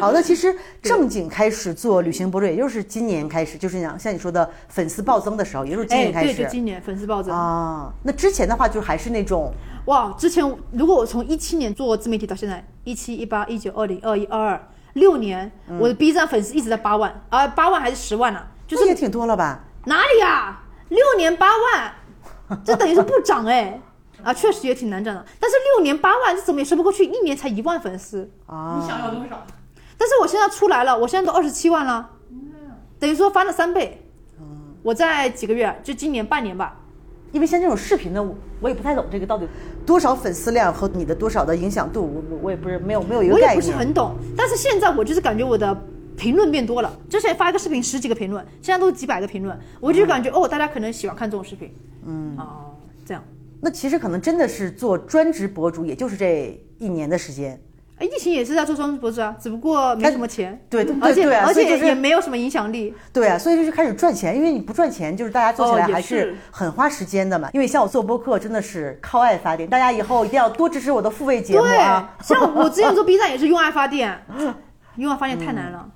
A: 好的，其实正经开始做旅行博主，也就是今年开始，就是像像你说的粉丝暴增的时候，也就是今年开
B: 哎对，
A: 始
B: 就、今年粉丝暴增。
A: 啊。那之前的话，就是还是那种
B: 哇，之前如果我从一七年做自媒体到现在，一七、一八、一九、二零、二一、二二，六年，
A: 嗯
B: 我的 B 站粉丝一直在八万，啊、八万还是十万呢、就
A: 那也
B: 是
A: 挺多了吧？
B: 哪里啊？六年八万，这等于是不涨哎、啊，确实也挺难涨的。但是六年八万，这怎么也说不过去？一年才一万粉丝，
A: 啊，
B: 嗯
C: 你想要多少？
B: 但是我现在出来了，我现在都二十七万了，
A: 嗯
B: 等于说翻了三倍。我在几个月，就今年半年吧，
A: 因为像这种视频的，我我也不太懂这个到底多少粉丝量和你的多少的影响度，我我我也不是没有没有一个
B: 我
A: 概念。嗯
B: 也不是很懂，但是现在我就是感觉我的评论变多了，之前发一个视频十几个评论，现在都是几百个评论，我
A: 嗯
B: 就感觉、哦，大家可能喜欢看这种视频，嗯，哦，这样，
A: 那其实可能真的是做专职博主，也就是这一年的时间。
B: 哎，疫情也是在做双博主啊，只不过没什么钱，
A: 对对
B: 嗯而且
A: 对啊
B: 而
A: 所以
B: 且
A: 就是
B: 也没有什么影响力，
A: 对啊，所以就是开始赚钱，因为你不赚钱，就是大家做起来
B: 哦也
A: 还是
B: 是
A: 很花时间的嘛。因为像我做播客，真的是靠爱发电，大家以后一定要多支持我的付费节目
B: 对
A: 啊。，
B: 像我之前做 B 站也是用爱
A: (laughs)
B: 发电，用爱发电太难
A: 嗯
B: 了。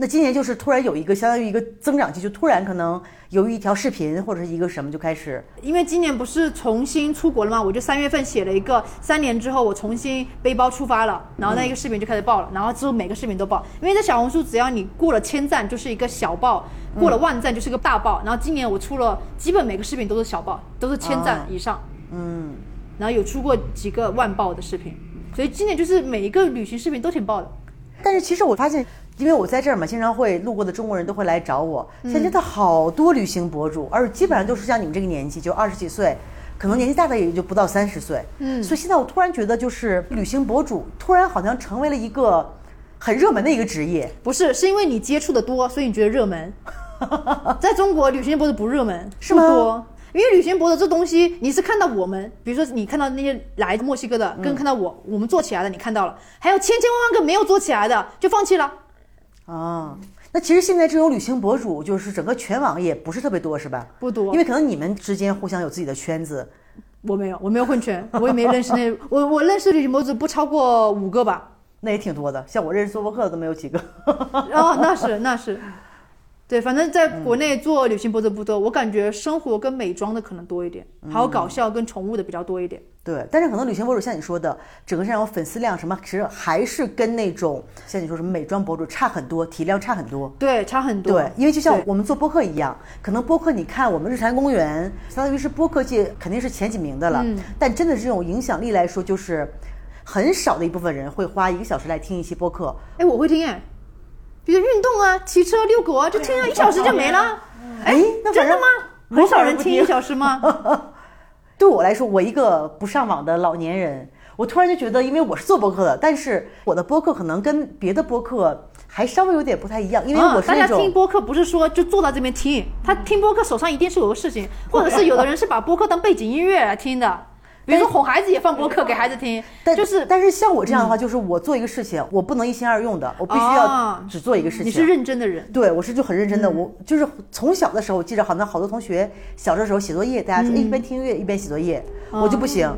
A: 那今年就是突然有一个相当于一个增长期，就突然可能由于一条视频或者是一个什么就开始
B: 因为今年不是重新出国了吗？我就三月份写了一个三年之后我重新背包出发了，然
A: 嗯
B: 后那一个视频就开始爆了，然后之后每个视频都爆，因为在小红书只要你过了千赞就是一个小爆，过了
A: 嗯
B: 万赞就是个大爆，然后今年我出了基本每个视频都是小爆，都是千赞以上，嗯，然后有出过几个万爆的视频，所以今年就是每一个旅行视频都挺爆的。
A: 但是其实我发现，因为我在这儿嘛，经常会路过的中国人都会来找我。现在真的好多旅行博主，而基本上都是像你们这个年纪，就二十几岁，可能年纪大的也就不到三十岁。嗯，所以现在我突然觉得，就是旅行博主突然好像成为了一个很热门的一个职业。
B: 不是，是因为你接触的多，所以你觉得
A: (laughs)
B: 热门。在中国，旅行博主不热门，
A: 是
B: 不
A: 吗
B: 多。因为旅行博主这东西，你是看到我们，比如说你看到那些来墨西哥的，跟看到我，我们做起来的，你看到了，还有千千万万个没有做起来的，就放弃了。
A: 啊，那其实现在这种旅行博主，就是整个全网也不是特别多，是吧？
B: 不多
A: 因为可能你们之间互相有自己的圈子。
B: 我没有，我没有混圈，我也没认
A: (laughs)
B: 识那我我认识旅行博主不超过五个吧。
A: 那也挺多的，像我认识做播客的都没有几个。
B: 哦，那是那是，对，反正在国内做旅行博主不
A: 嗯
B: 多，我感觉生活跟美妆的可能多一点，还有搞笑跟宠物的比较多一点。
A: 对，但是可能旅行博主像你说的，整个市场粉丝量什么，其实还是跟那种像你说什么美妆博主差很多，体量差很多。
B: 对，差很多。
A: 对，因为就像
B: 对
A: 我们做播客一样，可能播客你看我们日坛公园，相当于是播客界肯定是前几名的了，
B: 嗯
A: 但真的这种影响力来说，就是很少的一部分人会花一个小时来听一期播客。
B: 哎，我会听哎，比如运动啊、骑车、遛狗啊，就听了一小时就没了。
A: 哎，那
B: 嗯真
A: 反
B: 的
A: 正
B: 吗？
A: 我
B: 很
A: 反
B: 少
A: 而
B: 人
A: 不
B: 听一小时吗？
A: 对我来说，我一个不上网的老年人，我突然就觉得，因为我是做播客的，但是我的播客可能跟别的播客还稍微有点不太一样， (laughs) 因为
B: 嗯
A: 我是
B: 大
A: 那
B: 家
A: 种、
B: 听播客不是说就坐到这边听，他听播客手上一定是有个事
A: 嗯
B: 情，或者是有的人是把播客当背景音乐来听
A: (laughs)
B: 的，比如说哄孩子也放播客给孩子听，
A: 但
B: 就是嗯
A: 但是像我这样的话，就是我做一个事情，我不能一心二用的，我必须要
B: 哦
A: 只做一个事情。
B: 你是认嗯真的人，
A: 对，我是就很认真的，我就是从小的时候，我记着好像好多同学小的时候写作业，大家说、
B: 嗯
A: 哎一边听音乐一边写作业，我就不行，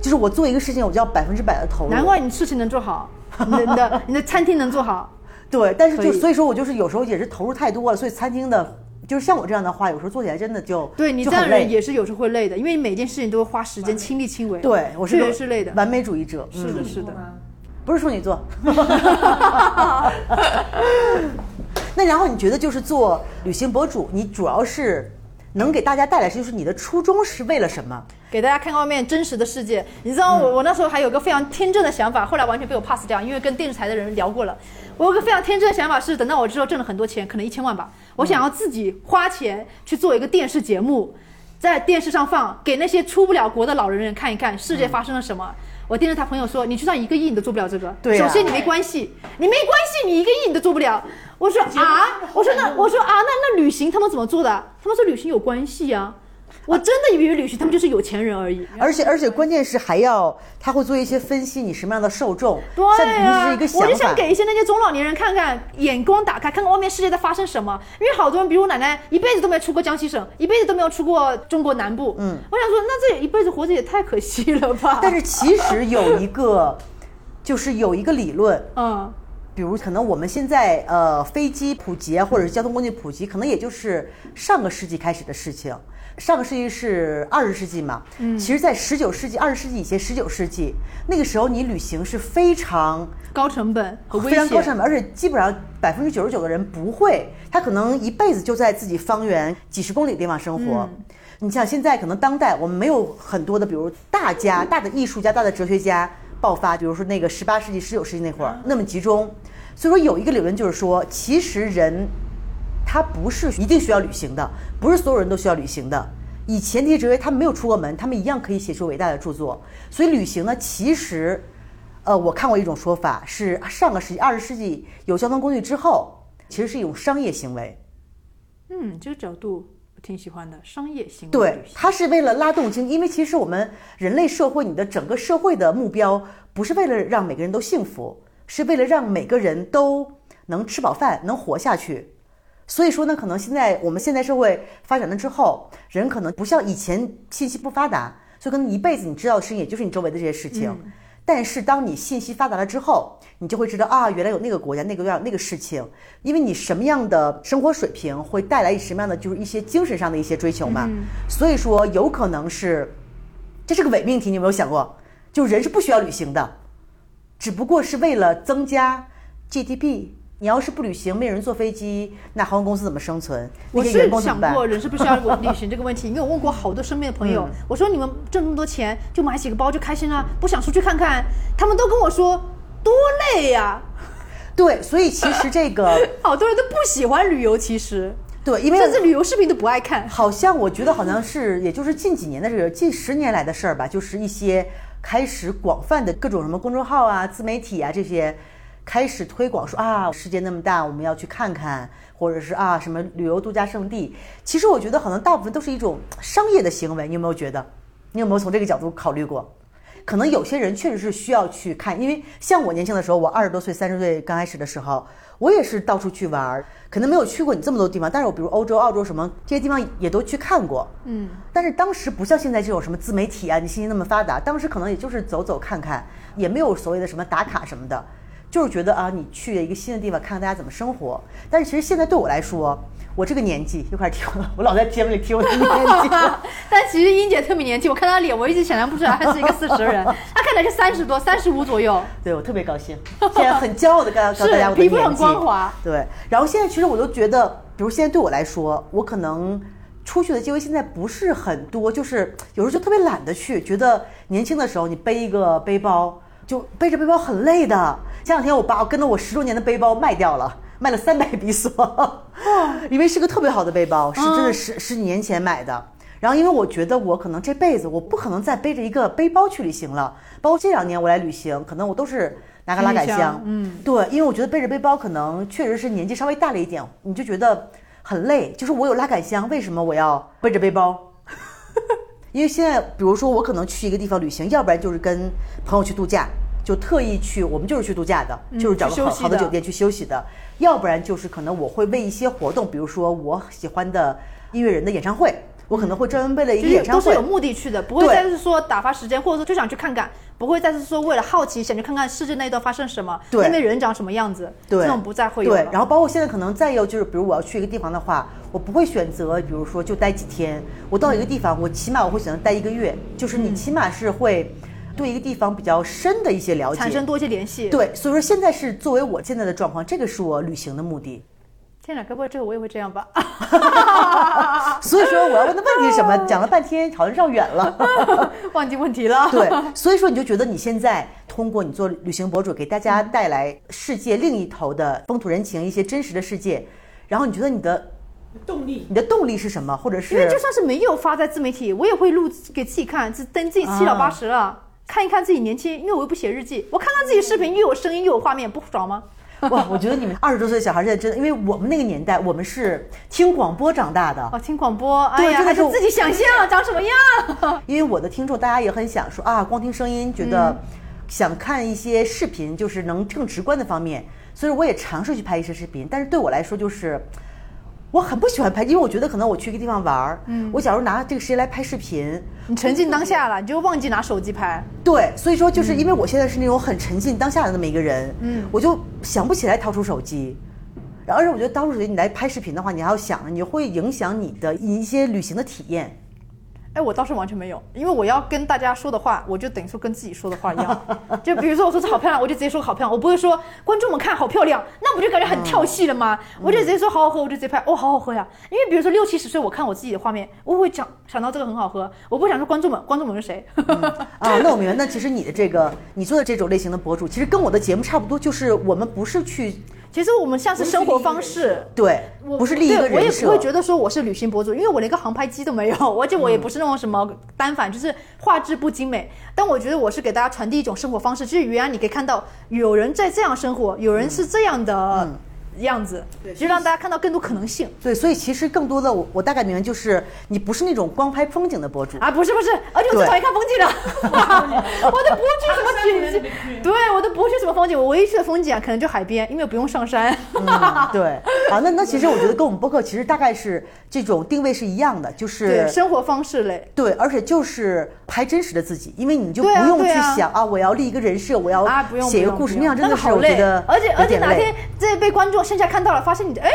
A: 就是我做一个事情，我就要百分之百的投入。
B: 哦难怪你事情能做好，你的你的你的餐厅能做好，
A: 对，但是就
B: 可以
A: 所以说我就是有时候也是投入太多了，所以餐厅的，就是像我这样的话，有时候做起来真的就
B: 对你
A: 就
B: 这样
A: 很
B: 的
A: 累
B: 人。也是有时候会累的，因为你每件事情都会花时间亲力亲为，
A: 对，我是
B: 这
A: 个
B: 个是累的，
A: 完美主义者，
B: 是的，
A: 嗯
B: 是的。
A: 不是处女座。 (laughs) 那然后你觉得就是做旅行博主，你主要是能给大家带来是，就是你的初衷是为了什么？
B: 给大家看看外面真实的世界。你知道我、我那时候还有个非常天真的想法，后来完全被我 pass 掉，因为跟电视台的人聊过了。我有个非常天真的想法是，等到我之后挣了很多钱，可能一千万吧，我想要自己花钱去做一个电视节目，在电视上放，给那些出不了国的老人人看一看世界发生了什么。我电视台朋友说，你去上一个亿你都做不了这个。
A: 对呀
B: 首先你没关系，你没关系，你一个亿你都做不了。我说啊，我说那我说啊，那那旅行他们怎么做的？他们说旅行有关系呀、我真的以为旅行他们就是有钱人而已。
A: 而且而且关键是还要他会做一些分析，你什么样的受众？
B: 对啊
A: 像你
B: 呀、
A: 们就是一
B: 我
A: 个
B: 就
A: 想
B: 想
A: 法。
B: 给一些那些中老年人看看，眼光打开，看看外面世界在发生什么。因为好多人，比如我奶奶，一辈子都没有出过江西省，一辈子都没有出过中国南部。嗯，我想说，那这一辈子活着也太可惜了吧？
A: (laughs) 但，是其实有一个，就是有一个理论，
B: 嗯，
A: 比如可能我们现在呃飞机普及啊，或者是交通工具普及，可能也就是上个世纪开始的事情。上个世纪是二十世纪嘛，嗯，其实，在十九世纪、二十世纪以前，十九世纪那个时候，你旅行是非常
B: 高成本和危
A: 哦非常
B: 险。
A: 高成本，而且基本上百分之九十九的人不会，他可能一辈子就在自己方圆几十公里的地方生活。
B: 嗯
A: 你像现在可能当代我们没有很多的，比如大家、大的艺术家、大的哲学家爆发，比如说那个十八世纪、十九世纪那会儿
B: 嗯
A: 那么集中。所以说有一个理论就是说，其实人他不是一定需要旅行的，不是所有人都需要旅行的。以前这些哲学他们没有出过门，他们一样可以写出伟大的著作。所以旅行呢，其实，呃，我看过一种说法是上个世纪二十世纪有交通工具之后，其实是一种商业行为。
B: 嗯，这个角度我挺喜欢的，商业行为
A: 对
B: 旅，行
A: 它是为了拉动经济，因为其实我们人类社会，你的整个社会的目标不是为了让每个人都幸福，是为了让每个人都能吃饱饭，能活下去。所以说呢，可能现在我们现代社会发展了之后，人可能不像以前信息不发达，所以可能一辈子你知道的事情也就是你周围的这些事情。但是当你信息发达了之后，你就会知道啊，原来有那个国家、那个样、那个事情，因为你什么样的生活水平会带来什么样的就是一些精神上的一些追求嘛。所以说，有可能是这是个伪命题，你有没有想过？就人是不需要旅行的，只不过是为了增加 GDP。你要是不旅行，没有人坐飞机，那航空公司怎么生存？
B: 我
A: 那些员
B: 是
A: 工怎
B: 想
A: 么办？嗯
B: 过人是不是要旅行这个问题，因为我问过好多身边的朋友，我说你们挣那么多钱就买几个包就开心啊，不想出去看看？他们都跟我说多累呀、
A: 对，所以其实这个
B: (laughs) 好多人都不喜欢旅游，其实
A: 对，因为
B: 甚至旅游视频都不爱看。 (laughs)
A: 好像我觉得好像是，也就是近几年的这个近十年来的事儿吧，就是一些开始广泛的各种什么公众号啊、自媒体啊这些开始推广说啊，世界那么大，我们要去看看，或者是啊什么旅游度假胜地。其实我觉得好像大部分都是一种商业的行为，你有没有觉得？你有没有从这个角度考虑过？可能有些人确实是需要去看，因为像我年轻的时候，我二十多岁、三十岁刚开始的时候，我也是到处去玩儿，可能没有去过你这么多地方，但是我比如欧洲、澳洲什么这些地方也都去看过，嗯，但是当时不像现在这种什么自媒体啊，你信息那么发达，当时可能也就是走走看看，也没有所谓的什么打卡什么的，就是觉得啊，你去一个新的地方看看大家怎么生活。但是其实现在对我来说，我这个年纪又开始提我了，我老在节目里提我的年纪了。
B: 但其实英姐特别年轻，我看她脸，我一直想象不出来她是一个四
A: (laughs)
B: 十人，她看起来就三十多，三十五左右。
A: 对我特别高兴，现在很骄傲的告诉告诉
B: 是
A: 大家我的
B: 皮肤
A: 年
B: 很
A: 纪
B: 光滑
A: 对，然后现在其实我都觉得，比如现在对我来说，我可能出去的机会现在不是很多，就是有时候就特别懒得去，觉得年轻的时候你背一个背包，就背着背包很累的。前两天我把我跟了我十多年的背包卖掉了。卖了三百比索，因为是个特别好的背包，是真的十、十几年前买的。然后因为我觉得我可能这辈子我不可能再背着一个背包去旅行了，包括这两年我来旅行，可能我都是拿拿个拉杆
B: 行李
A: 箱
B: 箱，嗯，
A: 对，因为我觉得背着背包可能确实是年纪稍微大了一点，你就觉得很累。就是我有拉杆箱，为什么我要背着背包？ (laughs) 因为现在，比如说我可能去一个地方旅行，要不然就是跟朋友去度假，就特意去，我们就是去度假的，
B: 嗯
A: 就是找
B: 去
A: 个
B: 休
A: 好
B: 息
A: 好的
B: 的
A: 酒店去休息的；要不然就是可能我会为一些活动，比如说我喜欢的音乐人的演唱会，我可能会专门为了一
B: 就
A: 个
B: 是
A: 演唱
B: 都是
A: 会
B: 有。目的去的，不会
A: 对
B: 再是说打发时间，或者说就想去看看，不会再是说为了好奇想去看看世界那一段发生什么，
A: 对
B: 那边人长什么样子，
A: 对
B: 这种不再会有
A: 对，
B: 了。
A: 然后包括现在可能再有就是，比如我要去一个地方的话，我不会选择，比如说就待几天。我到一
B: 嗯
A: 个地方，我起码我会选择待一个月，就是你起码是会对一个地方比较深的一些了解，
B: 产生多一些联系。，
A: 对，所以说现在是作为我现在的状况，这个是我旅行的目的。
B: 天哪，该不会这个我也会这样吧？ (laughs) 啊
A: 所以说我要问的问题是什么？讲了半天好像绕远
B: (laughs)
A: 了。
B: 忘记问题了。
A: 对，所以说你就觉得你现在通过你做旅行博主，给大
B: 嗯
A: 家带来世界另一头的风土人情，一些真实的世界。然后你觉得你的
C: 动力
A: 你的动力是什么？或者是
B: 因为就算是没有发在自媒体，我也会录给自己看，自等自己七老八十了。看一看自己年轻，因为我又不写日记，我看到自己视频又有声音又有画面，不爽吗？
A: 哇，我觉得你们二十多岁的小孩现在真的，因为我们那个年代，我们是听广播长大的，
B: 哦，听广播，
A: 对
B: 哎呀，
A: 真的
B: 还
A: 是
B: 是自己想象长什么样。
A: 因为我的听众大家也很想说啊，光听声音觉
B: 嗯
A: 得想看一些视频，就是能更直观的方面，所以我也尝试去拍一些视频，但是对我来说就是。我很不喜欢拍，因为我觉得可能我去一个地方玩儿，嗯，我假如拿这个时间来拍视频，
B: 你 (laughs) 沉浸当下了，你就忘记拿手机拍。
A: 对，所以说就是因为我现在是那种很沉浸当下的那么一个人，
B: 嗯
A: 我就想不起来掏出手机。然后，而且我觉得掏出手机你来拍视频的话，你还要想，你会影响你的一些旅行的体验。
B: 哎，我倒是完全没有，因为我要跟大家说的话，我就等于说跟自己说的话一样。就比如说我说这好漂亮，我就直接说好漂亮，我不会说观众们看好漂亮，那不就感觉很跳戏了吗？我就直接说好好喝，我就直接拍，哦，好好喝呀。因为比如说六七十岁，我看我自己的画面，我会想想到这个很好喝，我不会想说观众们，观众们是谁？ (laughs)
A: 啊，那我明白。那其实你的这个，你做的这种类型的博主，其实跟我的节目差不多，就是我们不是去
B: 其实我们像是生活方式。
A: 对，
B: 我
A: 不是立一个
B: 对我
A: 人
B: 也不会
A: 设。
B: 觉得说我是旅行博主，因为我连个航拍机都没有，而且
A: 嗯
B: 我也不是那种什么单反，就是画质不精美。但我觉得我是给大家传递一种生活方式，就是原来你可以看到有人在这样生活，有人
A: 嗯
B: 是这样的样子，就让大家看到更多可能性。
A: 对，所以其实更多的我我大概明白，就是你不是那种光拍风景的博主，
B: (laughs) 啊，不是不是，而且我
A: 对
B: 最讨厌看风景了，我都不会去什么景区，对我都不会去什么风景，我唯一去的风景啊，可能就海边，因为不用上山。
A: 嗯，对，啊，那那其实我觉得跟我们播客其实大概是这种定位是一样的，就是
B: (laughs) 对，生活方式类。
A: 对而且就是拍真实的自己，因为你就不
B: 对啊
A: 用去
B: 对啊
A: 想啊我要立一个人设，我要
B: 啊，不用
A: 哦写一个
B: 不用
A: 故事，
B: 不
A: 那
B: 用
A: 样真的
B: 个
A: 是
B: 好
A: 我觉
B: 累
A: 得
B: 而且
A: 有
B: 而且
A: 点
B: 哪
A: 累
B: 天这被观众线下看到了，发现你的哎。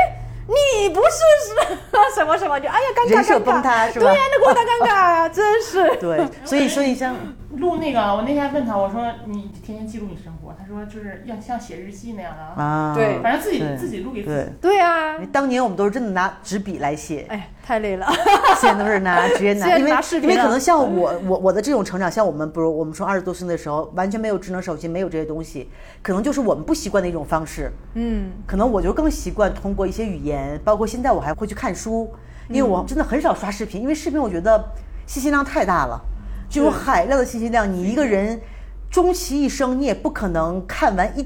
B: 你不是什什么 (laughs) 什么就哎呀尴尬
A: 人设
B: 尴
A: 崩塌
B: 尬，
A: 是
B: 对
A: 吧
B: 呀，那给我大尴尬啊，真是。
A: 对，所以所以
B: (laughs)
A: 像
C: 录那个，我那天问他，我说你天天记录你生活，他说就是要像写日记那样的啊，
A: 啊，
B: 对
C: 反正自己
A: 对
C: 自己录给自
A: 对
C: 己。。
B: (laughs) 对啊，
A: 当年我们都是真的拿纸笔来写，
B: 哎，太累了。
A: 现在都是
B: (laughs)
A: 拿直接
B: 现
A: 拿，
B: 在
A: 因为
B: 拿视频啊
A: 因为可
B: 了
A: 能像我我我的这种成长，像我们比如我们从二十多岁的时候完全没有智能手机，没有这些东西，可能就是我们不习惯的一种方式。
B: 嗯，
A: 可能我就更习惯通过一些语言，包括现在我还会去看书，因为我真的很少刷视频，因为视频我觉得信息量太大了，这种海量的信息量，你一个人终其一生，你也不可能看完一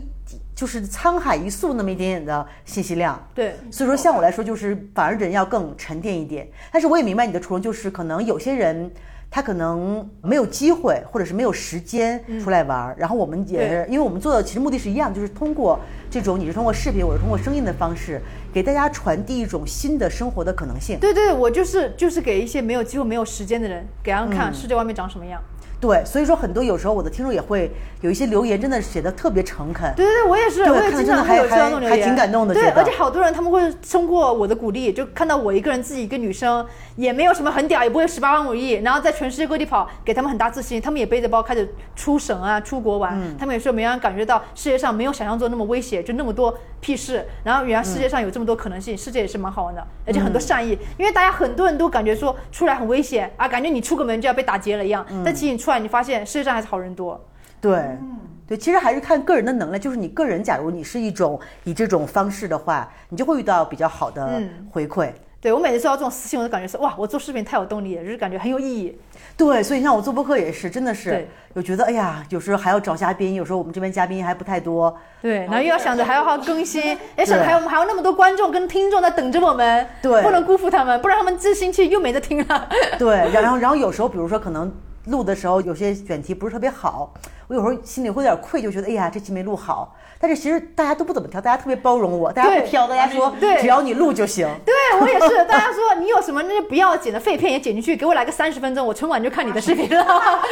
A: 就是沧海一粟那么一点点的信息量。
B: 对，
A: 所以说，像我来说，就是反而人要更沉淀一点。但是我也明白你的初衷，就是可能有些人他可能没有机会，或者是没有时间
B: 嗯
A: 出来玩儿。然后我们也是，因为我们做的其实目的是一样，就是通过这种你是通过视频，我是通过声音的方式，给大家传递一种新的生活的可能性。
B: 对对，我就是就是给一些没有机会、没有时间的人，给他们
A: 嗯
B: 看世界外面长什么样。
A: 对，所以说很多有时候我的听众也会有一些留言，真的写的特别诚恳。
B: 对对对，我也是，
A: 对
B: 我
A: 看
B: 也
A: 了
B: 经
A: 真的
B: 常
A: 还
B: 会有这样的留
A: 还
B: 言，
A: 还挺感动的
B: 对
A: 觉，得
B: 而且好多人他们会通过我的鼓励，就看到我一个人自己一个女生，也没有什么很屌，也不会十八万五亿，然后在全世界各地跑，给他们很大自信。他们也背着包开始出省啊，出国玩。
A: 嗯
B: 他们也说没让人感觉到世界上没有想象中那么危险，就那么多屁事。然后原来
A: 嗯
B: 世界上有这么多可能性，世界也是蛮好玩的，而且很多善意。因为大家很多人都感觉说出来很危险啊，感觉你出个门就要被打劫了一样。
A: 嗯
B: 但其实你出来，你发现世界上还是好人多。
A: 对，
B: 嗯
A: 对，其实还是看个人的能力。就是你个人，假如你是一种以这种方式的话，你就会遇到比较好的
B: 嗯
A: 回馈。
B: 对我每次做到这种私信，我都感觉是哇，我做视频太有动力了，就是感觉很有意义。
A: 对，所以像我做播客也是，真的是
B: 对
A: 有觉得，哎呀，有时候还要找嘉宾，有时候我们这边嘉宾还不太多，
B: 对，
C: 哦
B: 然后又要想着还要好好更新，也想着还有我们还有那么多观众跟听众在等着我们，
A: 对
B: 不能辜负他们，不然他们这星期又没得听了。
A: 对，
B: (laughs)
A: 然后然后有时候，比如说可能录的时候有些选题不是特别好，我有时候心里会有点愧疚，觉得哎呀这期没录好。但是其实大家都不怎么挑，大家特别包容我，大家不
B: 对
A: 挑，大家说
B: 对
A: 只要你录就行。
B: 对我也是，大家说你有什么那就不要剪的废片也剪进去，给我来个三十分钟，我春晚就看你的视频了。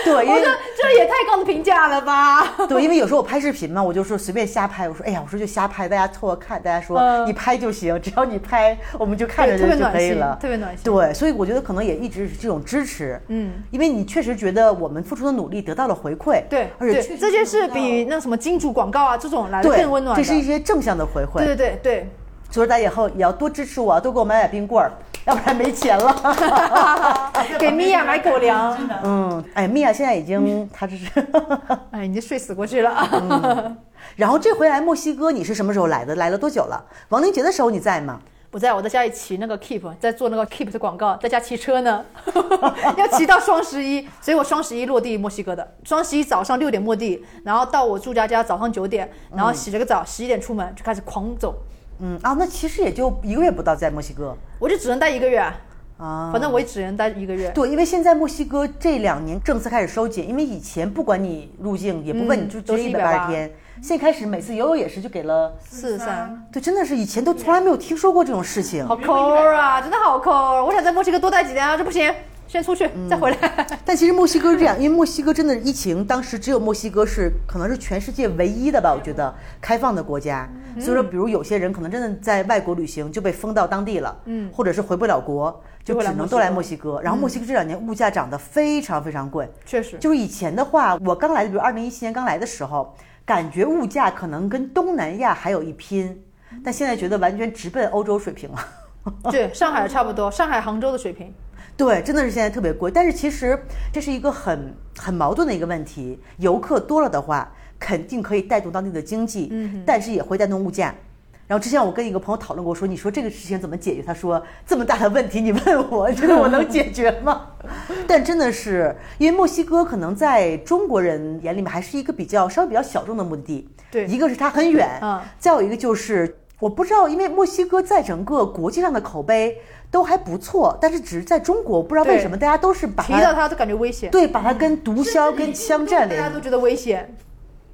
A: 对因为
B: 我说这也太高的评价了吧？ (laughs)
A: 对，因为有时候我拍视频嘛，我就说随便瞎拍，我说哎呀，我说就瞎拍，大家凑合看，大家说、
B: 嗯
A: 你拍就行，只要你拍，我们就看着
B: 对特
A: 就
B: 别
A: 就
B: 暖
A: 可以
B: 心
A: 了，
B: 特别暖心
A: 对，所以我觉得可能也一直是这种支持，
B: 嗯，
A: 因为你确实觉得我们付出的努力得到了回馈，
B: 对
A: 而且
B: 对，这件事比那什么金主广告啊这种来的
A: 对
B: 更温暖
A: 这
B: 的。
A: 是一些正向的回馈，
B: 对对对对。
A: 所以大家以后也要多支持我，多给我买买冰棍儿，要不然没钱
B: (laughs)
A: 了。
C: 啊
B: 给米娅买狗粮
C: 真的。
A: 嗯，哎，米娅现在已
B: (laughs)
A: 经，她这是。 (laughs)
B: 哎，你就睡死过去了。
A: 嗯然后这回来墨西哥，你是什么时候来的？来了多久了？亡灵节的时候你在吗？
B: 我在我在家里骑那个 Keep，在做那个 Keep 的广告，在家骑车呢， (laughs) 要骑到双十一，所以我双十一落地墨西哥的，双十一早上六点落地，然后到我住家家早上九点，然后洗了个澡，十一点出门就开始狂走，
A: 嗯啊，那其实也就一个月不到，在墨西哥
B: 我就只能待一个月，
A: 啊。
B: 反正我也只能待一个月。
A: 对，因为现在墨西哥这两年政策开始收紧，因为以前不管你入境，也不问你
B: 嗯
A: 就直
B: 都是
A: 接一百八十
B: 180
A: 天，现在开始每次游泳也是就给了。
B: 四十三，
A: 对，真的是以前都从来没有听说过这种事情。
B: 好抠啊，真的好抠！我想在墨西哥多待几天啊，这不行，先出去
A: 嗯
B: 再回
A: (laughs)
B: 来。
A: 但其实墨西哥是这样，因为墨西哥真的疫情，当时只有墨西哥是可能是全世界唯一的吧，我觉得开放的国家。所以说，比如有些人可能真的在外国旅行就被封到当地了，嗯，或者是回不了国，就
B: 就会
A: 只
B: 来
A: 能
B: 墨西
A: 都来
B: 哥
A: 墨西哥。然后墨西哥这两年物价涨得非常非常贵，
B: 确实，
A: 就是以前的话，我刚来的，比如二零一七年刚来的时候，感觉物价可能跟东南亚还有一拼，但现在觉得完全直奔欧洲水平了。
B: 对，上海差不多，上海、杭州的水平。
A: 对，真的是现在特别贵。但是其实这是一个很很矛盾的一个问题。游客多了的话，肯定可以带动当地的经济，但是也会带动物价。然后之前我跟一个朋友讨论过，说你说这个事情怎么解决？他说这么大的问题你问我，你觉得我能解决吗？但真的是因为墨西哥可能在中国人眼里面还是一个比较稍微比较小众的目的地，
B: 对
A: 一个是它很
B: (laughs)
A: 远，
B: 嗯
A: 再有一个就是，我不知道，因为墨西哥在整个国际上的口碑都还不错，但是只是在中国，不知道为什么大家都是把
B: 提到
A: 它
B: 它都感觉危险，
A: 对把它跟毒枭、
B: 甚至
A: 跟
B: 印度
A: 枪战
B: 大
A: 联
B: 家
A: 系
B: 都觉得危险。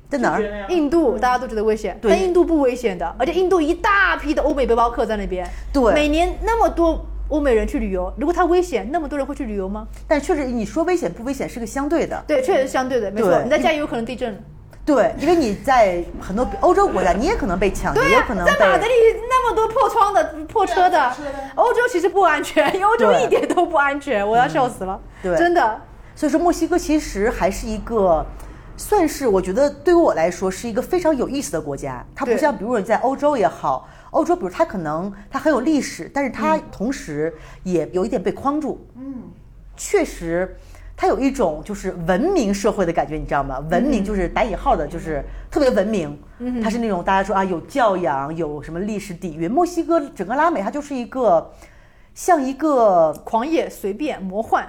A: 在哪
C: 觉
A: 儿？
C: 得呀
B: 印度大家都觉得危险，
A: 嗯对
B: 但印度不危险的，而且印度一大批的欧美背包客在那边，
A: 对
B: 每年那么多欧美人去旅游，如果它危险，那么多人会去旅游吗？
A: 但确实，你说危险不危险是个相对的，
B: 对，确实是相对的，没错，
A: 对
B: 你在家也有可能地震了，
A: 对，因为你在很多欧洲国家，你也可能被抢劫，
B: 对
A: 也
B: 呀、
A: 啊可能
B: 在马德
A: 被。
B: 里那么多破窗的、破车
C: 对
B: 的
C: 啊破车的，
B: 欧洲其实不
A: (laughs)
B: 安全，欧洲
A: 对
B: 一点都不安全，我要笑死了，
A: 对
B: 真的，
A: 所以说，墨西哥其实还是一个。算是我觉得对于我来说是一个非常有意思的国家，它不
B: 对
A: 像比如说你在欧洲也好，欧洲比如它可能它很有历史，但是它同时也有一点被框住，
C: 嗯，
A: 确实，它有一种就是文明社会的感觉，你知道吗？文明就是打引号的，就是特别文明。它是那种大家说啊，有教养，有什么历史底蕴。墨西哥整个拉美，它就是一个像一个
B: 狂野、随便、魔幻，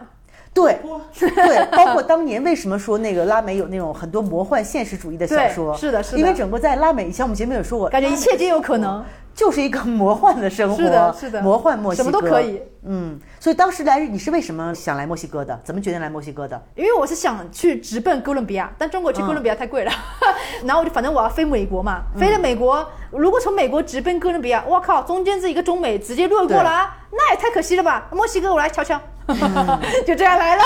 A: 对
C: 不
A: (laughs) 对，包括当年为什么说那个拉美有那种很多魔幻现实主义的小
B: 对
A: 说，
B: 是的是的
A: 因为整个在拉美，以前我们节目有说过，
B: 感觉一切皆有可能，
A: 就是一个魔幻的生活，
B: 是的，是的，
A: 魔幻墨西哥
B: 什么都可以。。
A: 嗯，所以当时来，你是为什么想来墨西哥的？怎么决定来墨西哥的？
B: 因为我是想去直奔哥伦比亚，但中国去
A: 嗯
B: 哥伦比亚太贵了， (laughs) 然后我就反正我要飞美国嘛，飞了美国，如果从美国直奔哥伦比亚，我靠，中间这一个中美直接略过了啊，那也太可惜了吧？墨西哥我来瞧瞧，
A: 嗯
B: (laughs) 就这样来了。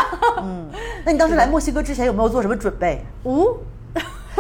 B: (laughs)
A: 那你当时来墨西哥之前有没有做什么准备？
B: 五、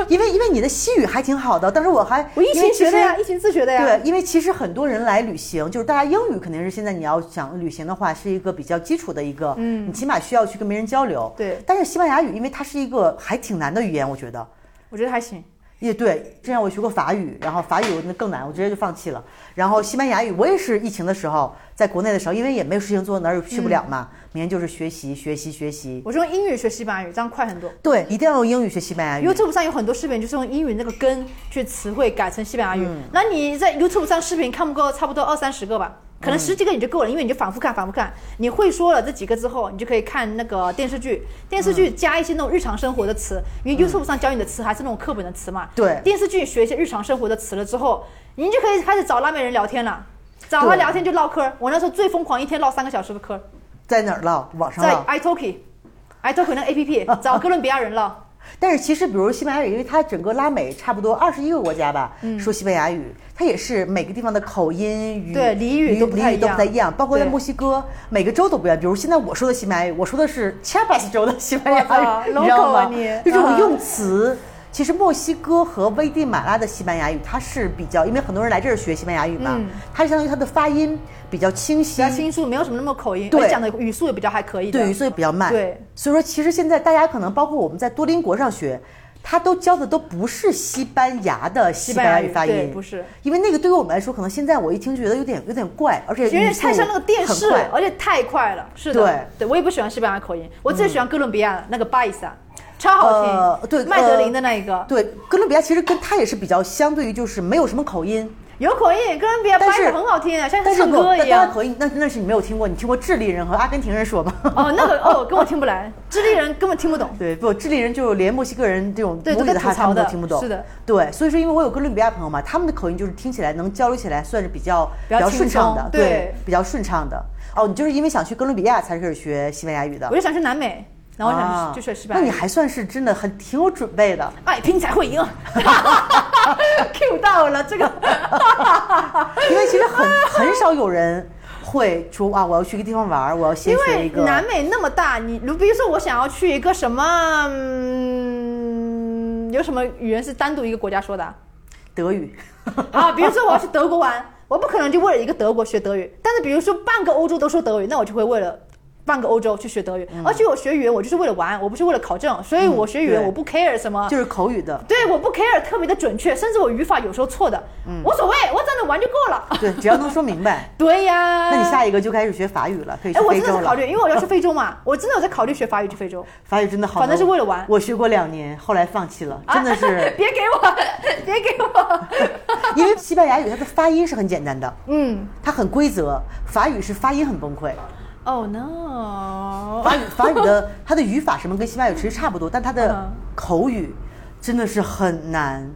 A: 因为因为你的西语还挺好的，当时我还
B: 我疫
A: 因为
B: 情
A: 其
B: 学
A: 实
B: 的呀，疫情自学的呀。
A: 对，因为其实很多人来旅行，就是大家英语肯定是现在你要想旅行的话，是一个比较基础的一个，嗯，你起码需要去跟别人交流。
B: 对
A: 但是西班牙语，因为它是一个还挺难的语言，我觉得。
B: 我觉得还行。
A: 也对，之前我学过法语，然后法语我那更难，我直接就放弃了。然后西班牙语，我也是疫情的时候，在国内的时候，因为也没有事情做，哪儿也去不了嘛，每天就是学习学习学习。
B: 我是用英语学西班牙语，这样快很多。
A: 对，一定要用英语学西班牙语。
B: YouTube 上有很多视频就是用英语那个
A: 嗯
B: 根去词汇改成西班牙语，那你在 YouTube 上视频看不过差不多二三十个吧，
A: 嗯
B: 可能十几个你就够了，因为你就反复看、反复看，你会说了这几个之后，你就可以看那个电视剧，电视
A: 嗯
B: 剧加一些那种日常生活的词，因为 YouTube 上教你的词还是那种课本的词嘛。
A: 对
B: 电视剧学一些日常生活的词了之后，你就可以开始找拉美人聊天了，找他
A: 对
B: 聊天就唠嗑儿。我那时候最疯狂，一天唠三个小时的嗑儿，
A: 在哪儿唠？网上
B: 在
A: 唠。
B: iTalki，iTalki 那
A: (laughs)
B: 个 APP 找哥伦比亚人唠。
A: 但是其实，比如西班牙语，因为它整个拉美差不多二十一个国家吧，
B: 嗯
A: 说西班牙语，它也是每个地方的口音语
B: 对俚语都不太
A: 俚语都
B: 一
A: 不
B: 样
A: 太一样，包括在
B: 对
A: 墨西哥，每个州都不一样。比如现在我说的西班牙语，我说的是 Chiapas 州的西班
B: (laughs)
A: 牙语，
B: 我操
A: 你知道
B: local
A: 吗
B: 啊你？
A: 就这种
B: 啊
A: 用词。其实墨西哥和危地马拉的西班牙语，它是比较，因为很多人来这儿学西班牙语嘛，
B: 嗯
A: 它相当于它的发音比较清晰，
B: 比较清楚，没有什么那么口音，
A: 嗯对
B: 而且讲的语速也比较还可以的。
A: 对，所以比较慢。
B: 对，
A: 所以说其实现在大家可能包括我们在多邻国上学，他都教的都不是西班牙的西班牙语发
B: 对
A: 音，
B: 不是，
A: 因为那个对于我们来说，可能现在我一听就觉得有点有点怪，而且
B: 因为
A: 语速
B: 太像那个电视
A: 很快
B: 了，而且太快了。是的，
A: 对
B: 我也不喜欢西班牙口音，我最喜欢哥伦比亚的那个巴伊萨，超好听。
A: 嗯呃对
B: 麦
A: 呃
B: 德林的那一个、
A: 对，哥伦比亚其实跟它也是比较相对于就是没有什么口音，
B: 有口音，哥伦比亚巴
A: 但
B: 伊
A: 是
B: 萨很好听啊，像
A: 但是
B: 唱歌
A: 但
B: 一
A: 它
B: 样
A: 的。口音那那是你没有听过，你听过智利人和阿根廷人说吗？
B: 哦，那个哦，跟我听不来，智利人根本听不懂。
A: 对，不，智利人就连墨西哥人这种
B: 对
A: 母
B: 都
A: 语的
B: 在
A: 他
B: 吐
A: 他
B: 槽
A: 们都
B: 的
A: 听不懂。
B: 是的，
A: 对，所以说因为我有哥伦比亚朋友嘛，他们的口音就是听起来能交流起来算是比较
B: 比较
A: 顺畅的
B: 轻，松
A: 对，
B: 对
A: 比较顺畅的。哦，你就是因为想去哥伦比亚才开始学西班牙语的
B: 我，就想去南美，然后我想
A: 啊
B: 去就去西班
A: 那
B: 牙
A: 你
B: 语。
A: 还算是真的很挺有准备的。
B: 爱拼才
A: (laughs)
B: 会赢 (laughs) ，Q 到了这个。
A: 因为其实很很少有人会说啊，我要去一个地方玩儿，我要先
B: 因
A: 学
B: 为
A: 一个。
B: 南美那么大，你如比如说我想要去一个什么，嗯，有什么语言是单独一个国家说
A: (laughs)
B: 的啊
A: 德语，
B: 啊？比如说我要去德国玩，我不可能就为了一个德国学德语，但是比如说半个欧洲都说德语，那我就会为了。半个欧洲去学德
A: 嗯
B: 语，而且我学语言我就是为了玩，我不是为了考证，所以我学语言
A: 对
B: 我不 care 什么，
A: 就是口语的，
B: 对，我不 care 特别的准确，甚至我语法有时候错的，
A: 嗯
B: 无所谓，我站着玩就够了。。
A: 对，只要能说明白
B: (laughs) 对呀，
A: 那你下一个就开始学法语了，可以去
B: 哎，我
A: 非
B: 真的
A: 洲
B: 是考
A: 了。
B: 虑，因为我要去非洲嘛，我真的有在考虑学法语去非洲。
A: 法语真的好难，
B: 反正是为了玩
A: 我学过两年，后来放弃了，真的是
B: 啊 (laughs) 别给我，别给
A: (laughs)
B: 我。
A: 因为西班牙语它的发音是很简单的，
B: 嗯
A: 它很规则。法语是发音很崩溃，
B: ，Oh no！
A: 法语法语
B: (laughs)
A: 的它的语法什么跟西班牙语其实差不多，但它的
B: 嗯
A: 口语真的是很难。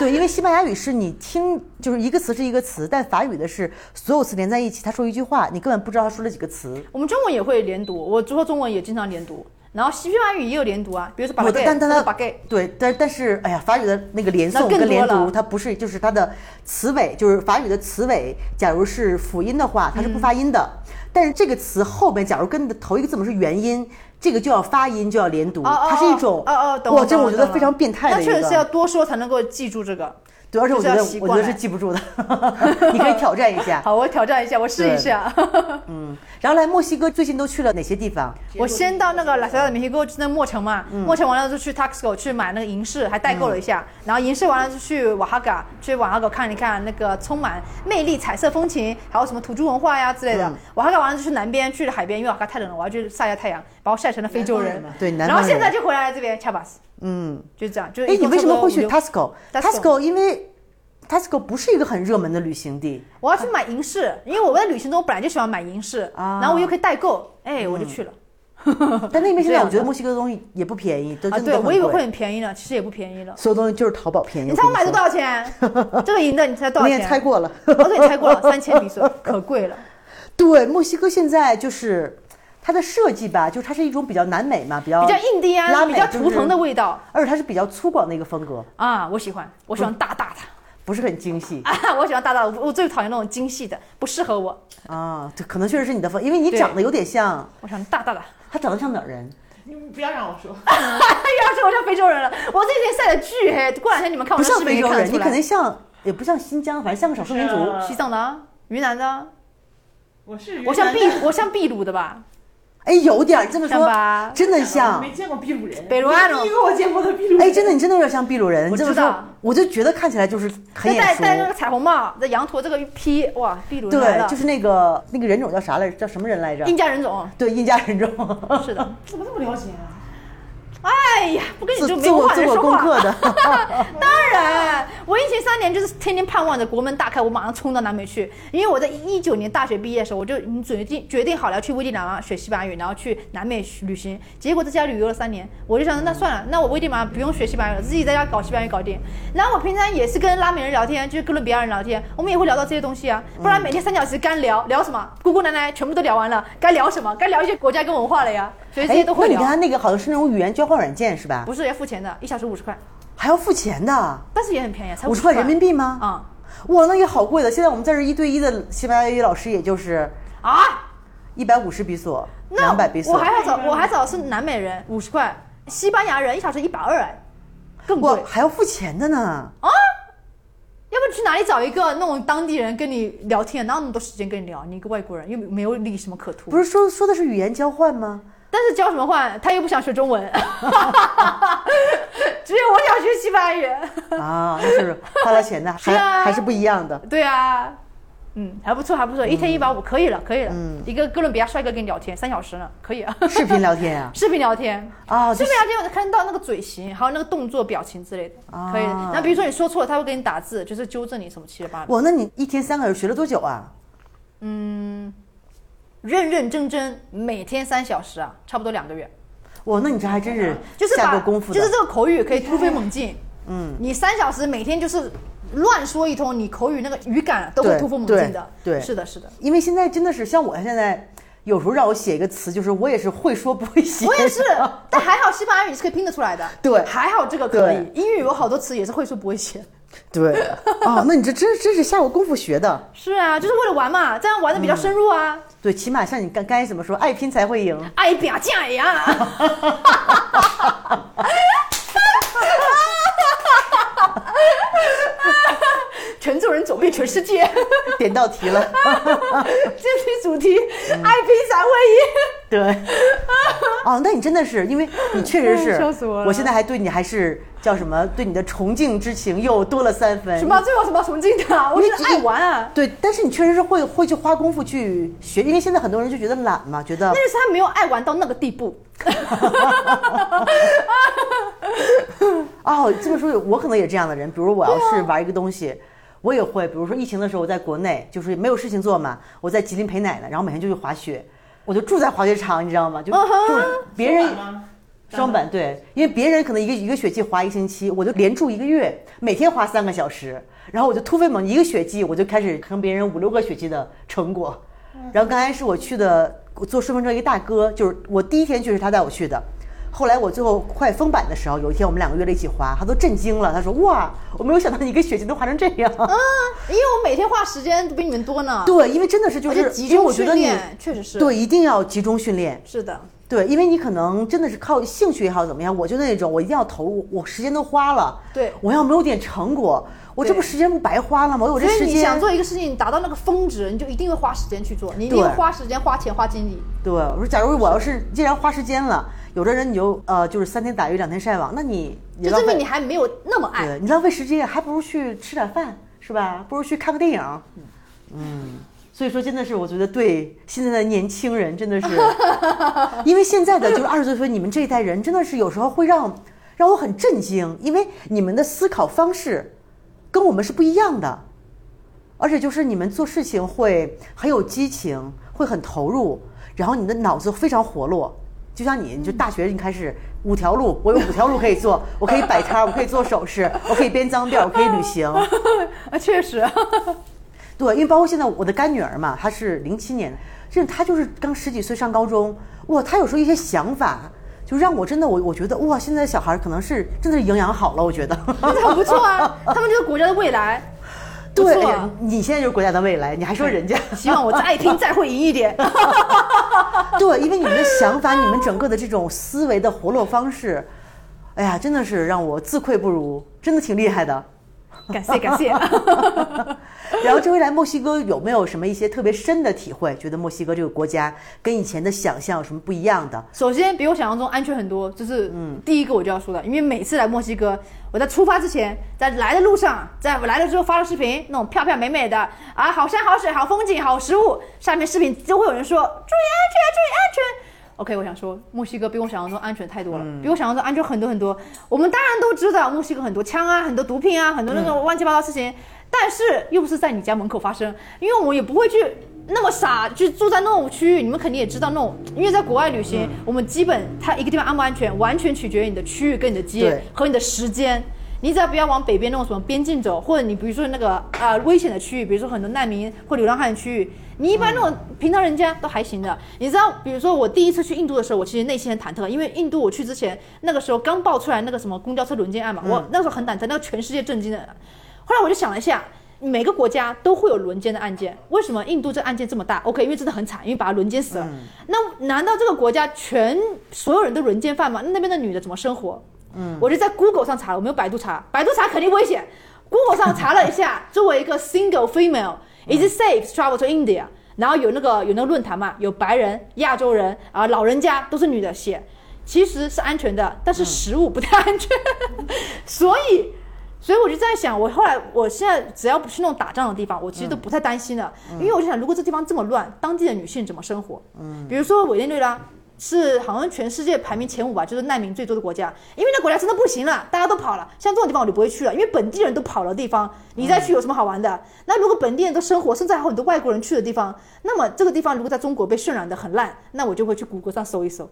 A: 对，因为西班牙语是你听就是一个词是一个词，但法语的是所有词连在一起，他说一句话，你根本不知道他说了几个词。
B: 我们中文也会连读，我说中文也经常连读，然后西班牙语也有连读啊，比如说把
A: 我的，但但它
B: 把 gay。
A: 对，但但是哎呀，法语的那个连
B: 那
A: 诵
B: 更
A: 跟
B: 多
A: 连读，
B: 了
A: 它不是就是它的词尾，就是法语的词尾，假如是辅音的话，它是
B: 嗯
A: 不发音的。但是这个词后面，假如跟的头一个字母是元音，这个就要发音，就要连读，
B: 哦哦，
A: 嗯它是一种
B: 哦哦，懂了
A: 哇，这
B: 懂
A: 我
B: 了
A: 觉得
B: 懂了
A: 非常变态的
B: 那
A: 一
B: 确实是要
A: 个，
B: 多说才能够记住这个。
A: 对，而且我觉
B: 就是
A: 得
B: 要习
A: 我
B: 惯
A: 觉得
B: 来
A: 是记不住的， (laughs) 你可以挑战一下。
B: 好，我挑战一下，我试一下。
A: 嗯，然后来墨西哥最近都去了哪些地方？
B: 我先到那个拉萨的米西哥，那墨城嘛，
A: 嗯
B: 墨城完了就去 Taxco 去买那个银饰，还代购了一下，
A: 嗯
B: 然后银饰完了就去瓦哈嘎，去瓦哈嘎看了一看那个充满魅力彩色风情，还有什么土著文化呀之类的。
A: 嗯
B: 瓦哈嘎完了就去南边，去了海边，因为瓦哈嘎太冷了，我要去晒一下太阳，把我晒成了非洲人。
A: 对，南
B: 然
A: 方
B: 后现
A: 人
B: 在就回来这边恰巴斯，
A: 嗯。
B: 就这样。就是
A: 哎，
B: 一
A: 你
B: 共
A: 为什么
B: 差不多
A: 会去
B: 五六
A: Tasco？Tasco 因为 Tasco 不是一个很热门的旅行地，
B: 我要去买银饰，因为我在旅行中本来就喜欢买银饰，
A: 啊嗯
B: 然后我又可以代购，哎，我就去了。
A: 但那边现
B: 这
A: 在
B: 样
A: 我觉得墨西哥的东西也不便宜，都
B: 啊，
A: 真的
B: 对，
A: 都很
B: 我以为会
A: 贵
B: 很便宜呢，其实也不便宜了。
A: 所有东西就是淘宝便宜。
B: 你猜我买的
A: 的
B: 多少钱？这个银的你猜多
A: 我
B: 少
A: 跟你
B: 钱？
A: 也猜过了。
B: 我给你猜过了，三千比索，可贵了。
A: 对，墨西哥现在就是它的设计吧，就是它是一种比较南美嘛，比较
B: 比较印第
A: 哦拉
B: 安，
A: 美
B: 比较
A: 就是
B: 图腾的味道
A: 而且它是比较粗犷的一个风格，
B: 啊，我喜欢，我喜欢大大的
A: 不是很精细
B: 啊，我喜欢大大的，我我最讨厌那种精细的，不适合我，
A: 啊。这可能确实是你的风，因为你
B: 对
A: 长得有点像，
B: 我喜欢大大的。 (laughs)
A: 他长得像哪儿人？
C: 你不要让我说，
B: 要是我像非洲人了，我这几天晒的巨黑，过两天你们看
A: 不
B: 我的
A: 像
B: 视频
A: 非
B: 也
A: 洲
B: 看得
A: 人，
B: 出
A: 你可能
B: 来。
A: 像也不像新疆，反正像个少数民族。
C: 是
B: 西藏的啊，云南的啊，
C: 我是
B: 我像
C: 云
B: 秘
C: 南的
B: 我像秘鲁
A: (laughs)
B: 的吧，
A: 哎，有点儿这么
B: 像
A: 说，
B: 吧？
A: 真的
C: 我
A: 像。
C: 没见过秘鲁人，
B: 北卢安哦
C: 你第一个我见过的秘鲁人，
A: 哎，真的，你真的有点像秘鲁人。你
B: 我
A: 这么
B: 知
A: 说
B: 道，
A: 我就觉得看起来就是很
B: 那
A: 眼
B: 戴
A: 熟。
B: 戴那个彩虹帽，那羊驼这个一披，哇，秘鲁人来
A: 对，
B: 了
A: 就是那个那个人种叫 (laughs) 啥来着？叫什么人来着？
B: 印加人种，
A: 对，印加人种。
B: (laughs) 是的。
C: 怎么这么了解啊？
B: 哎呀，不跟你
A: 做
B: 就没
A: 做
B: 文
A: 我
B: 化
A: 做
B: 人
A: 我
B: 说
A: 功
B: 话。
A: 课的，
B: 当然，我疫情三年就是天天盼望着国门大开，我马上冲到南美去。因为我在一九年大学毕业的时候，我就已经决定决定好了要去危地马拉学西班牙语，然后去南美旅行。结果在家旅游了三年，我就想那算了，那我危地马拉不用学西班牙语了，自己在家搞西班牙语搞定。然后我平常也是跟拉美人聊天，就是哥伦比亚人聊天，我们也会聊到这些东西啊。不然每天三小时干聊聊什么，姑姑奶奶全部都聊完了，该聊什么？该聊一些国家跟文化了呀。所以 (laughs) 这些
A: 哎，
B: 都
A: 那
B: 会
A: 你
B: 聊嗯
A: 跟，他那个好像是那种语言交换软件是吧？
B: 不是要付钱的，一小时五十块，
A: 还要付钱的，
B: 但是也很便宜，才
A: 五
B: 五
A: 十块人民币吗？
B: 啊。
A: 哇，那也好贵的。现在我们在这一对一的西班牙语老师，也就是
B: 啊，
A: 一百五十比索，
B: 那
A: 两百比索。
B: 我还要找，我还找是南美人五十块，西班牙人一小时一百二哎，更贵。哦
A: 哇还要付钱的呢。
B: 要不你去哪里找一个那种当地人跟你聊天，哪有那么多时间跟你聊？你一个外国人又没有利什么可图。
A: 不是说说的是语言交换吗？
B: 但是交什么换？他又不想学
A: (laughs)
B: 中文，只有我想学西班牙语。
A: 啊，那是花了
B: (laughs)
A: 钱的，
B: 是
A: 还、
B: 啊
A: 还是不一样的。
B: 对啊，嗯，还不错，还不错，一天一百五，可以了，可以了。
A: 嗯
B: 一个哥伦比亚帅哥跟你聊天三小时呢，可以啊。
A: 视频聊天啊，
B: (laughs) 视频聊天
A: 啊
B: 视
A: 就
B: 频聊天我能看到那个嘴型，还有那个动作、表情之类的，
A: 啊
B: 可以的。那比如说你说错了，他会给你打字，就是纠正你什么七七八八，
A: 哇，那你一天三个小时学了多久啊？
B: 认认真真，每天三小时啊，差不多两个月，
A: 哇，那你这还真 (laughs) 是
B: 就是
A: 下
B: 把
A: 过功夫的。
B: 就是这个口语可以突飞猛
A: (laughs)
B: 进。嗯，你三小时每天就是乱说一通，你口语那个语感啊都会
A: 对
B: 突飞猛进的。
A: 对对
B: 是的，是的。
A: 因为现在真的是像我现在，有时候让我写一个词，就是我也是会说不会写。
B: 我也是，但还好西班牙语是可以拼得出来的。
A: 对
B: 还好这个可以。英语有好多词也是会说不
A: (laughs)
B: 会写。
A: (laughs) 对，哦，那你这真真是下过功夫学的。
B: 是啊，就是为了玩嘛，这样玩的比较深入啊。
A: 对，起码像你刚刚才怎么说，爱拼才会赢。 (laughs)
B: 爱表酱呀！全族人走遍全世界，
A: 点到题了， (laughs)
B: 这期主题爱拼才会
A: 对，哦，那你真的是，因为你确实是，
B: 哎笑死我了
A: 我现在还对你还是叫什么，对你的崇敬之情又多了三分。
B: 赢。什么？这有什么崇敬的啊？我
A: 你
B: 是爱玩啊。
A: 对，但是你确实是会会去花功夫去学，因为现在很多人就觉得懒嘛，觉得
B: 但是他没有爱玩到那个地步，
A: 哦，这么说我可能也这样的人，比如我要是玩一个东西。我也会，比如说疫情的时候，我在国内就是没有事情做嘛，我在吉林陪奶奶，然后每天就去滑雪，我就住在滑雪场，你知道吗？就就是别人
C: 双板吗
A: 双
B: 嗯
A: 板对，因为别人可能一个一个雪季滑一星期，我就连住一个月，每天滑三个小时，然后我就突飞猛进，一个雪季我就开始坑别人五六个雪季的成果。
B: 嗯
A: 然后刚开始我去的坐顺风车一个大哥，就是我第一天去是他带我去的，后来我最后快封板的时候，有一天我们两个约了一起滑，他都震惊了，他说哇，我没有想到你一个雪季能滑成这样。
B: 嗯因为我每天花时间都比你们多呢。
A: 对，因为真的是就
B: 而
A: 是
B: 且集
A: 因为我觉
B: 中训
A: 得你
B: 练，确实是。
A: 对一定要集中训练。
B: 是的，
A: 对，因为你可能真的是靠兴趣也好怎么样，我就那种我一定要投入，我时间都花了，
B: 对
A: 我要没有点成果，我这
B: 对
A: 不时间不白花了吗？我有这
B: 所以
A: 时
B: 你想
A: 间，
B: 做一个事情，达到那个峰值，你就一定会花时间去做，你一定
A: 对
B: 会花时间、花钱、花精力。
A: 对，我说假如我要是既然花时间了，有的人你就呃就是三天打鱼两天晒网，那你也
B: 就
A: 浪
B: 证明你
A: 费，
B: 还没有那么爱。
A: 对你浪费时间，还不如去吃点饭是吧？不如去看个电影，嗯，所以说真的是我觉得对现在的年轻人真的是，因为现在的就是二十多岁你们这一代人真的是有时候会让让我很震惊，因为你们的思考方式跟我们是不一样的。而且就是你们做事情会很有激情，会很投入，然后你的脑子非常活络。就像你，你就大学你开始五条路，我有五条路可以
B: (laughs)
A: 做，我可以摆摊儿，我可以做首饰，我可以编脏辫儿，我可以旅行。
B: 啊，确实，
A: 对，因为包括现在我的干女儿嘛，她是零七年，真的她就是刚十几岁上高中，哇，她有时候一些想法，就让我真的我我觉得哇，现在小孩儿可能是真的是营养好了，我觉得。
B: (laughs) 那很不错啊，他们就是国家的未来。
A: (laughs)
B: 不
A: 对，
B: 错
A: 哎
B: 啊
A: 呀你现在就是国家的未来，你还说人家？
B: 希望我再爱拼再会赢一点。
A: 对，因为你们的想法，你们整个的这种思维的活络方式，哎呀，真的是让我自愧不如，真的挺厉害的。
B: (laughs) 感谢感谢。
A: 然后这回来墨西哥有没有什么一些特别深的体会？觉得墨西哥这个国家跟以前的想象有什么不一样的？
B: 首先比我想象中安全很多，这是第一个我就要说的，因为每次来墨西哥，我在出发之前，在来的路上，在来了之后发了视频，那种漂漂美美的啊，好山好水好风景好食物，下面视频就会有人说注意安全注意安全。 OK，我想说，墨西哥比我想象中安全太多了，比我想象中安全很多很多。我们当然都知道墨西哥很多枪啊，很多毒品啊，很多那种乱七八糟事情，但是又不是在你家门口发生，因为我们也不会去那么傻去住在那种区域。你们肯定也知道那种，因为在国外旅行，我们基本它一个地方安不安全，完全取决于你的区域跟你的街
A: 对
B: 和你的时间。你只要不要往北边那种什么边境走，或者你比如说那个啊、呃危险的区域，比如说很多难民或流浪汉区域，你一般那种平常人家都还行的。你知道，比如说我第一次去印度的时候，我其实内心很忐忑，因为印度我去之前那个时候刚爆出来那个什么公交车轮奸案嘛，我那时候很忐忑，那个全世界震惊的。后来我就想了一下，每个国家都会有轮奸的案件，为什么印度这案件这么大？OK，因为真的很惨，因为把他轮奸死了。那难道这个国家全所有人都轮奸犯吗？那那边的女的怎么生活？嗯，我就在 Google 上查了，我没有百度查，百度查肯定危险。Google 上查了一下， (laughs) 作为一个 single female，is it safe to travel to India？然后有那个有那个论坛嘛，有白人、亚洲人啊、老人家都是女的写，其实是安全的，但是食物不太安全，所以。所以我就在想，我后来，我现在只要不去那种打仗的地方，我其实都不太担心了，因为我就想，如果这地方这么乱，当地的女性怎么生活？嗯，比如说委内瑞拉是好像全世界排名前五吧，就是难民最多的国家，因为那国家真的不行了，大家都跑了，像这种地方我就不会去了，因为本地人都跑了地方，你再去有什么好玩的？那如果本地人都生活，甚至还有很多外国人去的地方，那么这个地方如果在中国被渲染的很烂，那我就会去谷歌上搜一 (laughs) 搜，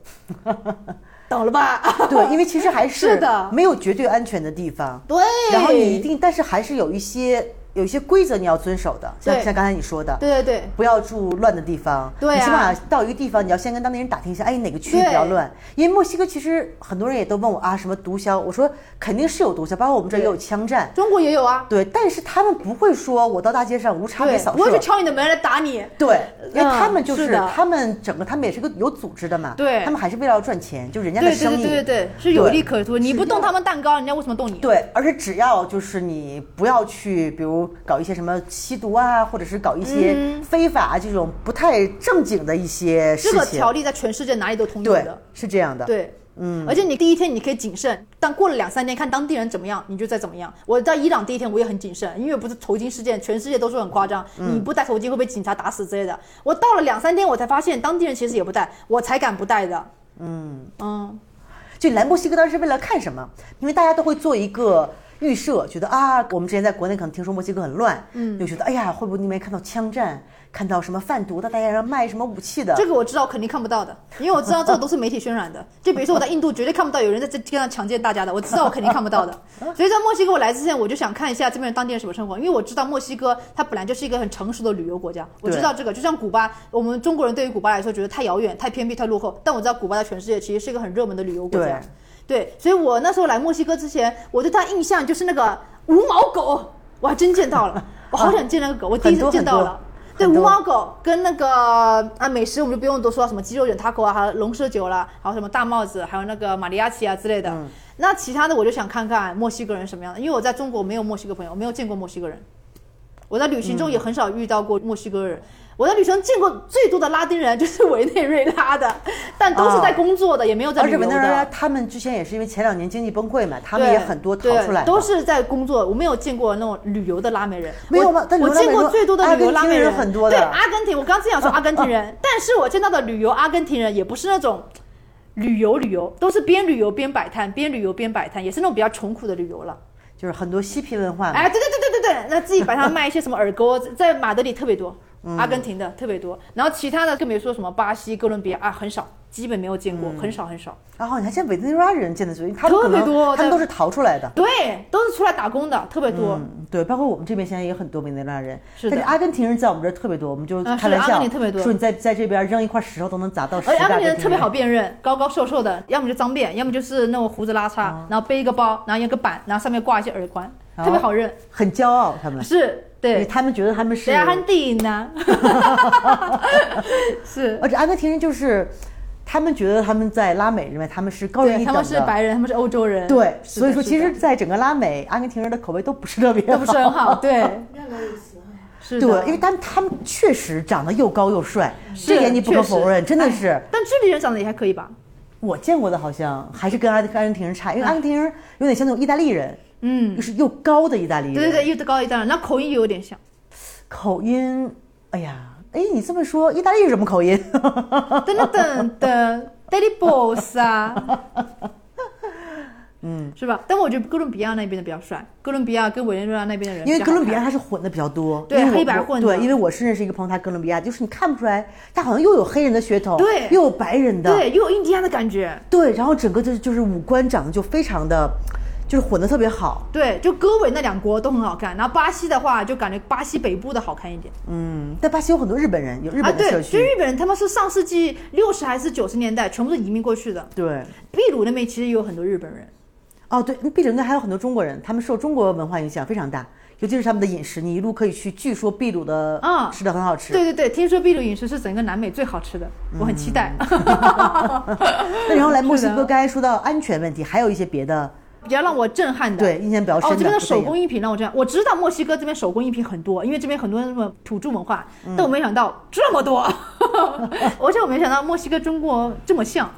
B: 懂了吧？
A: 对，因为其实还是
B: (laughs) 是的
A: 没有绝对安全的地方。
B: 对，
A: 然后你一定，但是还是有一些有一些规则你要遵守的，像
B: 对
A: 像刚才你说的，
B: 对对对。
A: 不要住乱的地方。
B: 对啊
A: 你起码到一个地方，你要先跟当地人打听一下，哎，哪个区域
B: 对
A: 比较乱？因为墨西哥其实很多人也都问我啊，什么毒枭？我说肯定是有毒枭，包括我们这儿也有枪战。
B: 中国也有啊，
A: 对，但是他们不会说我到大街上无差别
B: 对，
A: 扫
B: 不会去
A: 射。
B: 敲你的门来打你。
A: 对，因为
B: 嗯
A: 他们就是
B: 是的
A: 他们整个，他们也是个有组织的嘛。
B: 对
A: 他们还是为了要赚钱，就人家
B: 对
A: 的
B: 对
A: 生
B: 对
A: 意。
B: 对对对，是有
A: 对
B: 利可图。你不动他们蛋糕，人家为什么动你？
A: 对，而且只要就是你不要去，比如搞一些什么吸毒啊，或者是搞一些非法这种不太正经的一些事
B: 嗯这个
A: 情，
B: 条例在全世界哪里都通用
A: 对
B: 的。，
A: 是这样的。
B: 对，嗯，而且你第一天你可以谨慎，但过了两三天看当地人怎么样，你就再怎么样。我在伊朗第一天我也很谨慎，因为不是头巾事件，全世界都说很夸张，
A: 嗯
B: 你不戴头巾会被警察打死之类的。我到了两三天，我才发现当地人其实也不戴，我才敢不戴的。嗯嗯，
A: 就来墨西哥当时是为了看什么？因为大家都会做一个预设，觉得啊，我们之前在国内可能听说墨西哥很乱，嗯，就觉得哎呀，会不会那边看到枪战，看到什么贩毒的，大家要卖什么武器的？
B: 这个我知道肯定看不到的，因为我知道这个都是媒体渲染的。 (laughs) 就比如说我在印度绝对看不到有人在这街上强奸大家的，我知道我肯定看不到的。所以在墨西哥我来之前，我就想看一下这边人当地人什么生活，因为我知道墨西哥它本来就是一个很成熟的旅游国家，我知道这个。就像古巴，我们中国人对于古巴来说觉得太遥远、太偏僻、太落后，但我知道古巴在全世界其实是一个很热门的旅游国家。对，所以我那时候来墨西哥之前，我对它印象就是那个无毛狗，我还真见到了，我好想见那个狗，我第一
A: 很
B: 次
A: 多
B: 见到
A: 很
B: 了
A: 多。
B: 对
A: 很
B: 无
A: 多
B: 猫狗跟那个啊美食，我们就不用多说，什么鸡肉卷 taco 啊，还有龙舌酒啦，还有什么大帽子，还有那个马里亚奇啊之类的。
A: 嗯
B: 那其他的我就想看看墨西哥人什么样的，因为我在中国没有墨西哥朋友，我没有见过墨西哥人。我在旅行
A: 嗯
B: 中也很少遇到过墨西哥人，我在旅行中见过最多的拉丁人就是委内瑞拉的，但都是在
A: 哦
B: 工作的，也没有在
A: 而
B: 旅
A: 且
B: 游
A: 委内瑞
B: 的
A: 拉。他们之前也是因为前两年经济崩溃嘛，他们
B: 对
A: 也很多逃
B: 对
A: 出来的，
B: 都是在工作。我没有见过那种旅游的拉美人，
A: 没有
B: 我
A: 吗但
B: 我
A: 旅游拉美
B: 见过
A: 人
B: 最多的
A: 阿
B: 旅游
A: 根
B: 拉
A: 廷
B: 美
A: 人
B: 人
A: 很多的
B: 对，阿根廷，我刚刚正想说阿根
A: (laughs)
B: 廷人，但是我见到的旅游阿根廷人也不是那种。旅游旅游都是边旅游边摆摊，边旅游边摆摊，也是那种比较穷苦的旅游了。
A: 就是很多嬉皮文化嘛。
B: 哎，对对对对对对，那自己摆摊卖一些什么耳钩，在马德里特别多，阿根廷的特
A: (laughs)
B: 别多，然后其他的更别说什么巴西、哥伦比亚啊，很少，基本没有见过，
A: 嗯
B: 很少很少。
A: 然后你还见委内瑞拉人见的最多，因为他们可
B: 特别多
A: 能他们
B: 在
A: 都是逃出来的。
B: 对，都是出来打工的，特别多。
A: 嗯，对，包括我们这边现在也很多委内瑞拉人，
B: 是的
A: 但是阿根廷人在我们这儿特别多，我们就
B: 啊是
A: 开玩
B: 阿根
A: 笑，
B: 廷特别多
A: 说你在在这边扔一块石头都能砸 (laughs) 到十
B: 而且
A: 个
B: 阿
A: 阿
B: 根廷人
A: 根
B: 特
A: 廷
B: 别
A: 人
B: 好。辨认，高高瘦瘦的，要么就脏辫，要么就是那种胡子拉碴，
A: 啊
B: 然后背一个包，然后有个板，然后上面挂一些耳环，
A: 哦
B: 特别好认。
A: 很骄傲，他们，
B: 是，
A: 因为
B: 对，啊
A: 他们觉得他们嗯是
B: 谁，阿根廷呢？ (laughs) 是，
A: 而且阿根廷人就是，他们觉得他们在拉美里面他们 (laughs) 是高人
B: 对，
A: 一
B: 他
A: 等
B: 们是
A: 的，
B: 白人，他们是欧洲人，
A: 对，
B: 是的
A: 所以说
B: 是
A: 其
B: 的
A: 实，在整个拉美，阿根廷人的口味都不是特别
B: 都不是
A: (laughs)
B: 很好，对，
C: 原来如此啊。
B: 是的
A: 对，因为他们他们确实长得又高又帅，这点你不可
B: 确实哎
A: 否认，真的是。
B: 但智利人长得也还可以吧？
A: 我见过的好像还是跟阿阿根廷人差，因为阿根廷人有点像那种意大利人，
B: 嗯，
A: 就是又高的意大利人，
B: 对对对，又高一档，那口音也有点像，
A: 口音，哎呀，哎，你这么说，意大利是什么口音？
B: 噔噔噔噔 d a i l y Boss 啊，嗯，是吧？但我觉得哥伦比亚那边的比较帅，哥伦比亚跟委内瑞拉那边的
A: (laughs)
B: 人
A: 因
B: 比
A: 为
B: 较好看，
A: 哥伦比亚他是混的比较多，
B: 对
A: 因为我
B: 黑白混的
A: 对，因为我是认识一个朋友，他哥伦比亚，就是你看不出来，他好像又有黑人的血统，
B: 对
A: 又有白人的，
B: 对，又有印第安的感觉，
A: 对，然后整个就是就是五官长得就非常的，就是混的特别好，
B: 对，就哥委那两国都很好看。然后巴西的话，就感觉巴西北部的好看一点。
A: 嗯，在巴西有很多日本人，有日
B: 啊，
A: 本的
B: 对，
A: 社
B: 就
A: 区，
B: 日本人他们是上世纪六十还是九十年代全部是移民过去的。
A: 对，
B: 秘鲁那边其实也有很多日本人，
A: 哦对，毕竟那还有很多中国人，他们受中国文化影响非常大，尤其是他们的饮食，你一路可以去，据说秘鲁的
B: 啊
A: 吃的很好吃，
B: 对对对，听说秘鲁饮食是整个南美最好吃的，我很
A: 嗯
B: 期待。
A: 那然后来墨西
B: 是
A: 哥，
B: 的
A: 刚才说到安全问题，还有一些别的，
B: 比较让我震撼的，
A: 对，印象比较深
B: 哦，
A: 的，
B: 这边的
A: 不对
B: 手工艺品让我这样，我知道墨西哥这边手工艺品很多，因为这边很多那种土著文化，
A: 嗯
B: 但我没想到这么多， (laughs) 而且我没想到墨西哥中国这么像，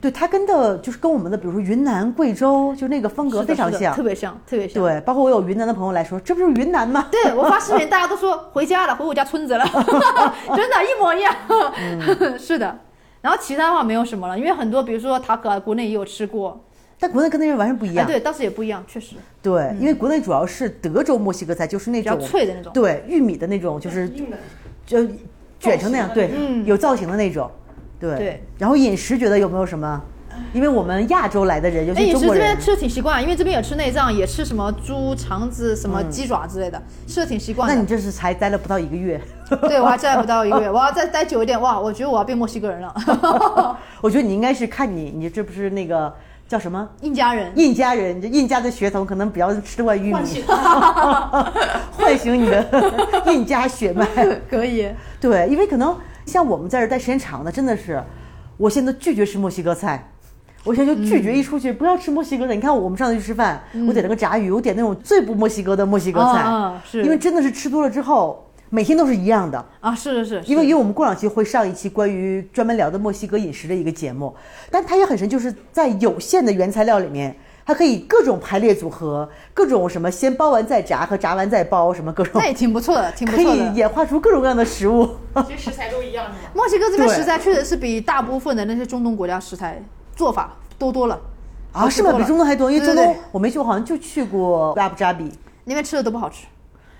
A: 对，它跟的就是跟我们的，比如说云南、贵州，就那个风格
B: 是的
A: 非常
B: 是的
A: 像
B: 特。别像，特别像。
A: 对，包括我有云南的朋友来说，这不就是云南吗？
B: 对，我发视频，大家都说回家了，回我家
A: (laughs)
B: 村子了，真的，一模一样。
A: 嗯
B: (laughs) 是的，然后其他的话没有什么了，因为很多，比如说塔可啊，国内也有吃过，
A: 但国内跟那边完全不一
B: 哎，
A: 样。
B: 对，但是也不一样，确实
A: 对因为国内主要是德州墨西哥菜，就是那
B: 嗯比较
A: 种
B: 脆的那种。
A: 对玉米的那种，就是
C: 硬的，
A: 就卷成那样，
C: 造型的
A: 对，
B: 嗯
A: 有造型的那种。对。
B: 对
A: 然后饮食觉得有没有什么？因为我们亚洲来的人，尤
B: 哎，
A: 其
B: 饮
A: 中
B: 食
A: 国
B: 这
A: 人嗯
B: 边，吃的挺习惯，因为这边也吃内脏，也吃什么猪肠子、什么鸡爪之类的，吃的挺习惯
A: 那你
B: 的。
A: 这是才待了不到一个月。
B: (laughs) 对，我还待不到一个月，我要再待久一点，哇，我觉得我要变墨西哥人了， (laughs)
A: 我觉得你应该是看你，你这不是那个叫什么
B: 印加人。
A: 印加人，这印加的血统可能比较吃惯玉
C: 换
A: 米
C: 血。
A: (laughs) 唤醒你
C: (laughs)
A: 的印加血脉。
B: (laughs) 可以，
A: 对，因为可能像我们在这儿待时间长了，真的是，我现在都拒绝吃墨西哥菜。我现在就拒绝一出去、不要吃墨西哥菜。你看我们上次去吃饭，
C: 嗯
A: 我点了个炸鱼，我点那种最不墨西哥的墨西哥菜，
C: 哦
B: 啊啊是
A: 因为真的是吃多了之后，每天都是一样的。
B: 啊，是是是，
A: 因为因为我们过两期会上一期关于专门聊的墨西哥饮食的一个节目，但它也很神，就是在有限的原材料里面，它可以各种排列组合，各种什么先包完再炸和炸完再包，什么各种
B: 那也挺不错的，挺不
A: 可
B: 错
A: 以
B: 的。
A: 演化出各种各样的食
B: (laughs)
A: 物。
C: 其实食材都一样是吗？
B: 墨西哥这边
A: 对
B: 食材确实是比大部分的那些中东国家食材做法多多哦了
A: 啊，是吗？比中东还多，因为
B: 对
A: 中
B: 对
A: 东
B: 对
A: 我没去，我好像就去过阿布扎比。
B: 那边吃的都不好吃，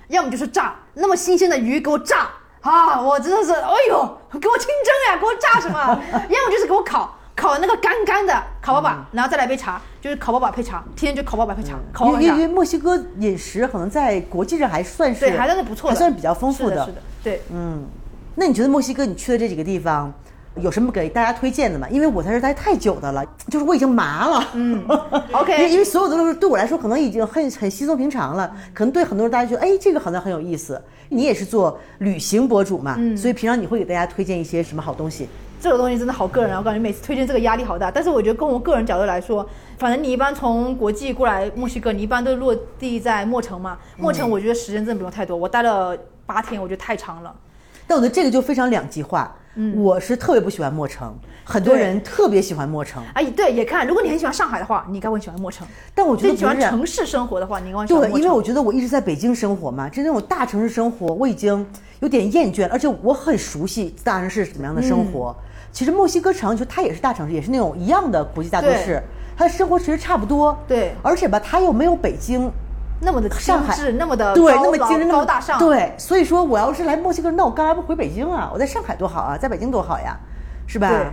B: 要么就是炸，那么新鲜的鱼给我炸啊！我真的是，哎呦，给我清蒸啊呀，给我炸什么？
A: (laughs)
B: 要么就是给我烤。烤那个干干的烤爸
A: 嗯
B: 爸，然后再来杯茶，就是烤爸爸配茶，天天就烤爸爸配茶，烤
A: 因
B: 爸爸
A: 为嗯
B: 配
A: 因为
B: 茶，
A: 墨西哥饮食可能在国际上还算是
B: 对，还算是不错的，
A: 还算是比较丰富的嗯
B: 是的，是。的，对，
A: 那你觉得墨西哥你去的这几个地方，有什么给大家推荐的吗？因为我在这儿待太久的了，就是我已经麻了。嗯因为因
B: OK，
A: 为所有的都是对我来说可能已经很很稀松平常了，可能对很多人大家觉得哎这个好像很有意思。你也是做旅行博主嘛，所以平常你会给大家推荐一些什么好东西？
B: 这个东西真的好个人啊，我感觉每次推荐这个压力好大。但是我觉得，跟我个人角度来说，反正你一般从国际过来墨西哥，你一般都落地在墨城嘛。墨
A: 嗯
B: 城我觉得时间真的不用太多，我待了八天，我觉得太长了。
A: 但我觉得这个就非常两极化。我是特别不喜欢墨城，很多
B: 对
A: 人特别喜欢墨城，
B: 哎，对，也看。如果你很喜欢上海的话，你该会很喜欢墨城；
A: 但我
B: 我
A: 觉得
B: 你喜欢
A: 不是啊
B: 城市生活的话，你应该会喜欢
A: 对，
B: 墨城。
A: 因为我觉得我一直在北京生活嘛，这那种大城市生活我已经有点厌倦了，而且我很熟悉大城市是怎么样的生活。
B: 嗯
A: 其实墨西哥城就它也是大城市，也是那种一样的国际大都
B: 对
A: 市，它的生活其实差不多。
B: 对
A: 而且吧，它又没有北京
B: 那么的精
A: 上海
B: 致，那么的
A: 对
B: 呃高
A: 那么
B: 高
A: 精神那么
B: 高大上。
A: 对，所以说我要是来墨西哥，那我干嘛不回北京啊？我在上海多好啊，在北京多好呀，是吧？
B: 对，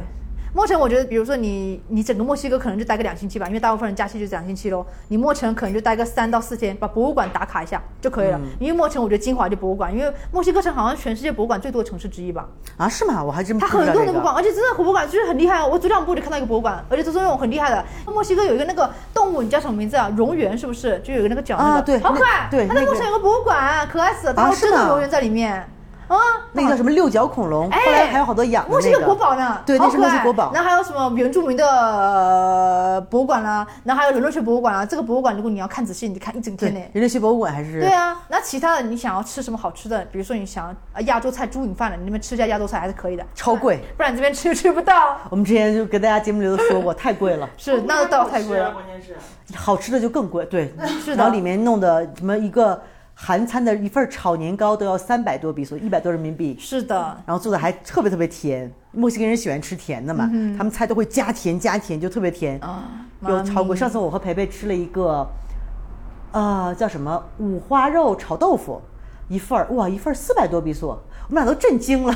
B: 墨城我觉得，比如说你你整个墨西哥可能就待个两星期吧，因为大部分人假期就两星期喽。你墨城可能就待个三到四天，把博物馆打卡一下就可以
A: 嗯
B: 了。因为墨城我觉得精华就博物馆，因为墨西哥城好像全世界博物馆最多的城市之一吧。
A: 啊，是吗？我还真不
B: 它
A: 知道
B: 很
A: 这
B: 多的博
A: 个
B: 物馆，而且真的博物馆就是很厉害哦。我走两步就看到一个博物馆，而且都是那种很厉害的。墨西哥有一个那个动物，你叫什么名字啊？蝾螈是不是？就有一个那个脚那个，
A: 啊对
B: 好可爱
A: 那。对
B: 它在
A: 那个
B: 墨城有个博物馆，可爱死了，它
A: 啊
B: 有
A: 是
B: 真的
A: 吗
B: 蝾螈在里面。啊，
A: 那个叫什么六角恐龙，后来还有好多养的
B: 哎墨西
A: 那
B: 哥
A: 个
B: 国宝呢，
A: 对，那
B: 好
A: 是
B: 可
A: 墨西
B: 爱
A: 哥国宝。
B: 然后还有什么原住民的、呃、博物馆啦、然后还有人类学博物馆啊。这个博物馆如果你要看仔细，你得看一整
A: 对
B: 天呢。，
A: 人类学博物馆还是
B: 对啊，那其他的你想要吃什么好吃的？比如说你想呃亚洲菜猪瘾饭了，你那边吃一下亚洲菜还是可以的，
A: 超贵。
B: 不然你这边吃又吃不到。
A: (laughs) 我们之前就跟大家节目里都说过，太贵了，
B: 是，那倒太贵
C: 是啊
B: 了。
C: 关键是
A: (laughs) 好吃的就更贵。对，
B: 是的
A: 然后里面弄的什么一个韩餐的一份炒年糕都要三百多比索，一百多人民币，
B: 是的，
A: 然后做的还特别特别甜。墨西哥人喜欢吃甜的嘛，他们菜都会加甜加甜，就特别甜。
B: 啊，
A: 有炒过。
B: 妈咪
A: 上次我和培培吃了一个，呃，叫什么五花肉炒豆腐，一份儿哇，一份儿四百多比索，我们俩都震惊了。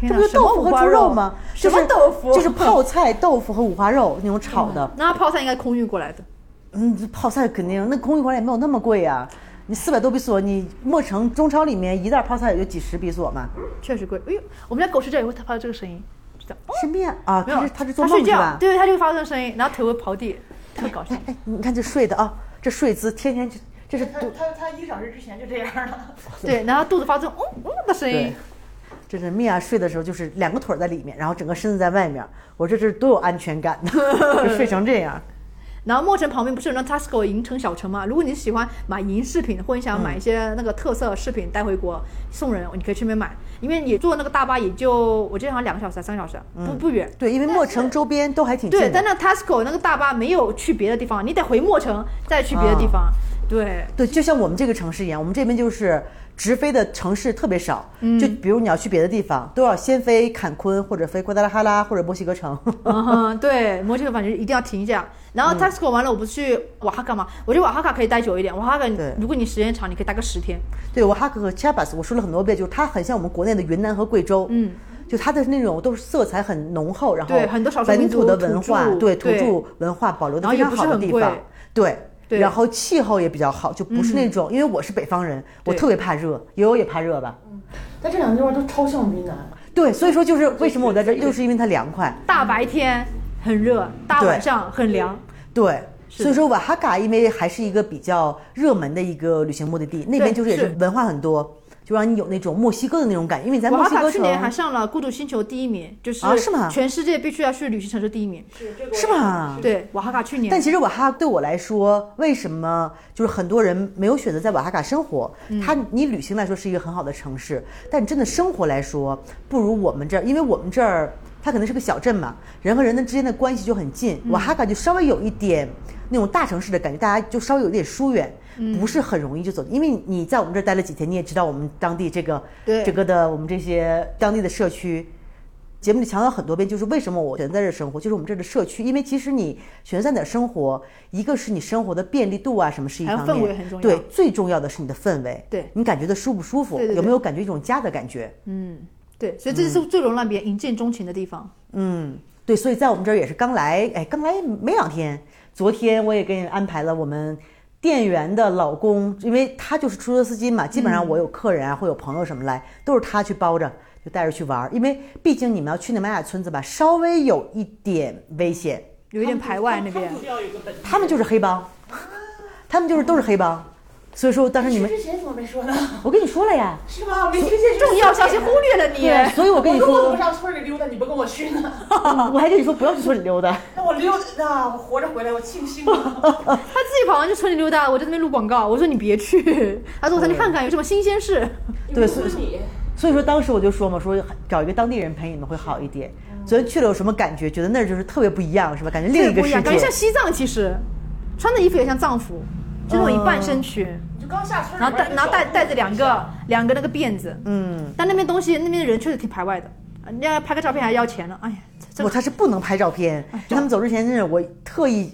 B: 天
A: 这
B: 哪
A: 不就
B: 什么
A: 豆腐
B: 五
A: 和
B: 花
A: 猪
B: 肉
A: 肉吗？
B: 什
A: 就是
B: 么豆腐
A: 就是
B: (laughs)
A: 泡菜、豆腐和五花肉那种炒的。
B: 那泡菜应该空运过来的，
A: 嗯，这泡菜肯定，那公益馆也没有那么贵啊。你四百多比索，你莫城中超里面一袋泡菜也就几十比索嘛。
B: 确实贵。哎呦，我们家狗睡觉也会发出这个声音，就这样
A: 是面啊，
B: 没
A: 它
B: 有
A: 是，它是做
B: 睡
A: 梦是
B: 觉，
A: 吧？
B: 对，它就会发出这个声音，然后腿会刨地，特别
A: (laughs)
B: 搞笑。
A: 哎，你看这睡的啊，这睡姿，天天这这是
C: 他
A: 多，
C: 他他一个小时之前就这样了，
B: 对，然后肚子发出嗯嗯的声音
A: 对，这是米娅睡的时候就是两个腿儿在里面，然后整个身子在外面。我说这是多有安全感呢，就睡成这
B: (laughs)
A: 样。
B: 然后墨城旁边不是有那 Tesco 银城小城嘛？如果你喜欢买银饰品，或者你想买一些那个特色饰品带回国送人，你可以去那边买，因为你坐那个大巴也就我记得好像两个小时、三个小时，
A: 嗯
B: 不不远。
A: 对，因为墨城周边都还挺近
B: 对，但
A: 的。
B: 那 Tesco 那个大巴没有去别的地方，你得回墨城再去别的地方。
A: 啊
B: 对，
A: 对，就像我们这个城市一样，我们这边就是直飞的城市特别少，
B: 嗯
A: 就比如你要去别的地方，都要先飞坎昆或者飞瓜达拉哈拉或者墨西哥城。
B: 嗯，对，墨西哥反正一定要停一下。然
A: 嗯
B: 后 Tesco 完了，我不是去瓦哈卡嘛？我觉得瓦哈卡可以待久一点，瓦哈卡
A: 对
B: 如果你时间长，你可以待个十天。
A: 对，我哈克和 Chiapas，我说了很多遍，就是它很像我们国内的云南和贵州，
B: 嗯，
A: 就它的那种都是色彩很浓厚，然后
B: 对很多少数
A: 本
B: 民
A: 土
B: 族
A: 的
B: 土
A: 文化，
B: 著
A: 对土
B: 对
A: 著文化保留的
B: 然后
A: 非
B: 也
A: 常
B: 不是
A: 好的
B: 很
A: 地
B: 贵
A: 方，对。
B: 对嗯
A: 然后气候也比较好，就不是那种，因为我是北方人，我
B: 对
A: 特别怕热，悠悠也怕热吧？
C: (laughs) 但这两个地方都超像云南。
A: 对，所以说就是为什么我在这儿，就是因为它凉快。
B: 大白天很热，大晚上很凉。
A: 对，
B: 是
A: 所以说瓦哈嘎因为还是一个比较热门的一个旅行目的地，那边就是也是
B: 是
A: 文化很多，就让你有那种墨西哥的那种感觉，因为你在
B: 瓦
A: 墨
B: 哈
A: 西哥
B: 卡去
A: 城
B: 年还上了《孤独星球》第一名，就是
A: 哦啊是吗
B: 全世界必须要去旅行城市第一名。
C: 是这个
A: 是吧？
B: 对，瓦哈卡去年。
A: 但其实瓦哈对我来说，为什么就是很多人没有选择在瓦哈嘎生活？
B: 嗯
A: 它你旅行来说是一个很好的城市，但你真的生活来说，不如我们这儿，因为我们这儿它可能是个小镇嘛，人和人的之间的关系就很近。
B: 嗯
A: 瓦哈嘎就稍微有一点那种大城市的感觉，大家就稍微有一点疏远。
B: 嗯
A: 不是很容易就走，因为你在我们这儿待了几天，你也知道我们当地这个
B: 对
A: 这个的我们这些当地的社区，节目里强调很多遍，就是为什么我选择在这儿生活，就是我们这儿的社区，因为其实你选择在哪儿生活，一个是你生活的便利度啊，什么是一
B: 还有
A: 方面，
B: 氛围很重要
A: 对，最重要的是你的氛围，
B: 对
A: 你感觉的舒不舒服，
B: 对对对
A: 有没有感觉一种家的感觉？
B: 嗯，对，所以这是最容易让别人一见钟情的地方。
A: 嗯，对，所以在我们这儿也是刚来，哎，刚来没两天，昨天我也给你安排了我们。店员的老公，因为他就是出租车司机嘛，基本上我有客人啊，或有朋友什么来，都是他去包着，就带着去玩儿。因为毕竟你们要去那玛雅村子吧，稍微有一点危险。
B: 有一点排外那边
C: 他们就要有个本地人
A: 他们就是黑帮，他们就是都是黑帮。所以说，当时你们
C: 去，之前怎么没说呢？ (laughs)
A: 我跟你说了呀，
C: 是吧？我没听见
B: 重要消息忽略了你。
A: 所以我
C: 我
A: 跟你
C: 说我怎
A: 说
C: 么，上村里溜达，你不跟我去呢？ (laughs)
A: 我还跟你说不要去村里溜达。
C: 那我溜达，啊，我活着回来，我庆幸
A: (laughs)
C: 啊！
B: 他自己跑完去村里溜达，我在那边录广告，我说你别去，他说我上去看看有什么新鲜事。
A: 对
C: 有没有你
A: 所以说当时我就说嘛，说找一个当地人陪你们会好一点。
B: 嗯
A: 昨天去了有什么感觉？觉得那儿就是特别不一样，是吧？感觉另一
B: 这
A: 个
B: 不一
A: 世
B: 样，感觉像
A: 界。
B: 西藏，其实穿的衣服也像藏服，就那种一半身裙。
C: 你就刚下村里
B: 然后
C: 边
B: 带
C: 就
B: 然后带
C: 走
B: 带着两个两个那个辫子，
A: 嗯，
B: 但那边东西那边人确实挺排外的，人家拍个照片还要钱呢，哎呀，
A: (laughs)
B: 这
A: 我他是不能拍照片。
B: 哎
A: 他们走之前，真是我特意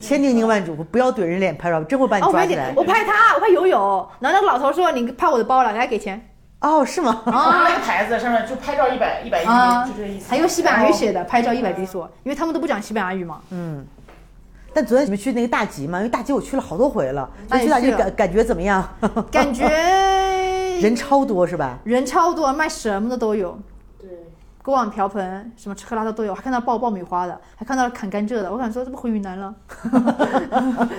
A: 千叮咛万嘱咐，不要怼人脸拍照片，真会把
B: 哦，
A: 你
B: 我
A: 抓
B: 拍
A: 起
B: 你
A: 来，。
B: 我拍他，我拍友友，然后那个老头说你拍我的包了，给他给钱
A: 哦，是吗？ (laughs)
C: 拿
B: 啊
C: 了个牌子，上面就拍照一百一百
B: 啊 (laughs)
C: 一，就这意思。
B: 还用西班牙语写的，拍照一百比索，因为他们都不讲西班牙语嘛，
A: 但昨天你们去那个大集嘛，因为大集我去了好多回了，
B: 那
A: 所以
B: 你
A: 去大集
B: 去了
A: 感感觉怎么样？ (laughs)
B: 感 (laughs) 觉
A: 人超多是吧？
B: 人超多，卖什么的都有。
C: 对，
B: 锅碗瓢盆，什么吃喝拉撒都有，还看到爆爆米花的，还看到了砍甘蔗的。我想说，这不回云南了？ (laughs)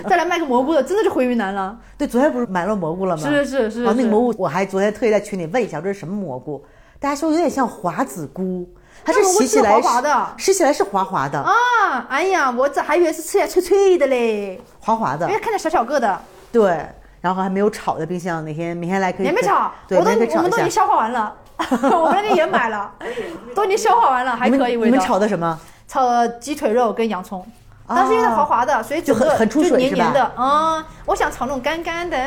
B: 再来卖个蘑菇的，真的就回云南了。
A: 对，昨天不是买了蘑菇了吗？
B: 是是是
A: 然后那
B: 是
A: 个蘑菇，我还昨天特意在群里问一下，我这是什么蘑菇？大家说有点像华子菇，它
B: 那
A: 是
B: 蘑菇
A: 洗
B: 是
A: 起来
B: 滑滑的
A: 是洗起来是滑滑的，
B: 啊，哎呀，我这还以为是吃起来脆脆的嘞，
A: 滑滑
B: 因
A: 的
B: 为，看着小小个的，
A: 对。然后还没有炒在冰箱，哪天明天来可以
B: 也没
A: 可以
B: 炒，
A: 对，
B: 我都
A: 明天可以炒
B: 我们
A: 一
B: 都已经
A: 下。
B: 消化完了， (laughs) 我们那边也买了，都已经消化完了，还
A: 你们
B: 可以
A: 你
B: 味道。
A: 们炒的什么？
B: 炒鸡腿肉跟洋葱，但是又在滑滑的，所以整
A: 就很
B: 个
A: 很出
B: 就
A: 水
B: 黏
A: 是吧
B: 黏的啊、嗯我想炒那种干干的，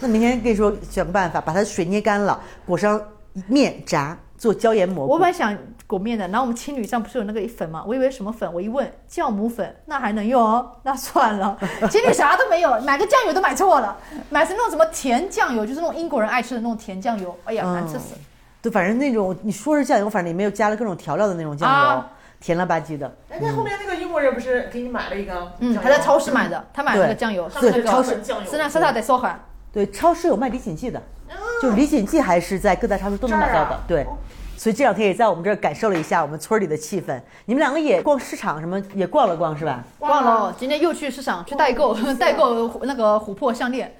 A: 那明天跟你说想个办法，把它水捏干了，裹上面炸，做椒盐蘑菇。
B: 我本来想裹面的，然后我们青旅上不是有那个一粉嘛，我以为什么粉，我一问酵母粉，那还能用哦？那算了，青旅啥都没有，买个酱油都买错了，买成那种什么甜酱油，就是那种英国人爱吃的那种甜酱油，哎呀，
A: 嗯
B: 难吃死了。
A: 对，反正那种你说是酱油，反正里面又加了各种调料的那种酱油，
B: 啊
A: 甜了吧唧的。
C: 哎，那后面那个英国人不是给你买了一缸？
B: 嗯，还在超市买的，他买了那个酱油，
C: 上
A: 对
C: 面那个
A: 超
C: 超
A: 市
C: 市酱油，
B: 是那沙沙得说很。
A: 对，超市有卖李锦记的，
B: 哦
A: 就是李锦记还是在各大超市都能买到
C: 这儿
A: 的。
C: 啊
A: 对
C: 哦，
A: 所以这两天也在我们这儿感受了一下我们村儿里的气氛。你们两个也逛市场什么也逛了逛是吧？
B: 忘了，哦今天又去市场去代购， (laughs) 代购那个琥珀项链，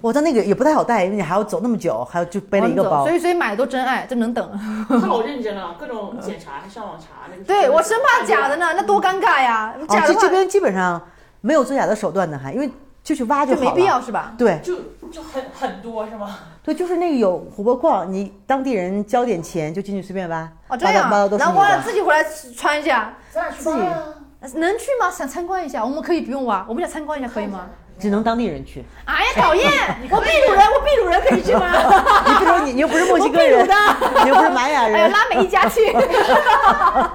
A: 我但那个也不太好带，因为你还要走那么久，还要就背了一个包
B: 哦所。以所以买的都真爱，这能等。
C: 他老认真啊了，各种检查，还上网查那个。
B: 嗯对我生怕假的呢，那多尴尬呀！
A: 哦
B: 假，
A: 这
B: 的话
A: 这边基本上没有作假的手段的，还因为就去挖
B: 就
A: 好了。
B: 没必要是吧？
A: 对
C: 就就很很多是吗？
A: 对，就是那个有琥珀矿，你当地人交点钱就进去随便挖，
B: 哦，
A: 挖
B: 这
A: 到
B: 样
A: 挖
B: 啊
A: 到，都是
B: 然
A: 你
B: 后忘了
A: 的。
B: 自己回来穿一下，
C: 咱俩去吧。
B: 能去吗？想参观一下，我们可以不用啊挖，我们想参观一下可以吗？
A: 只能当地人去。
B: 哎呀，讨厌！ (laughs) 我秘鲁人，我秘鲁人可以去吗？
A: 你比如说你， (laughs) 你又不是墨西哥
B: (laughs) 我
A: 人
B: 秘，
A: 你又不是玛雅
B: 哎呀，
A: 人，
B: 拉美一家去！ (laughs) 哎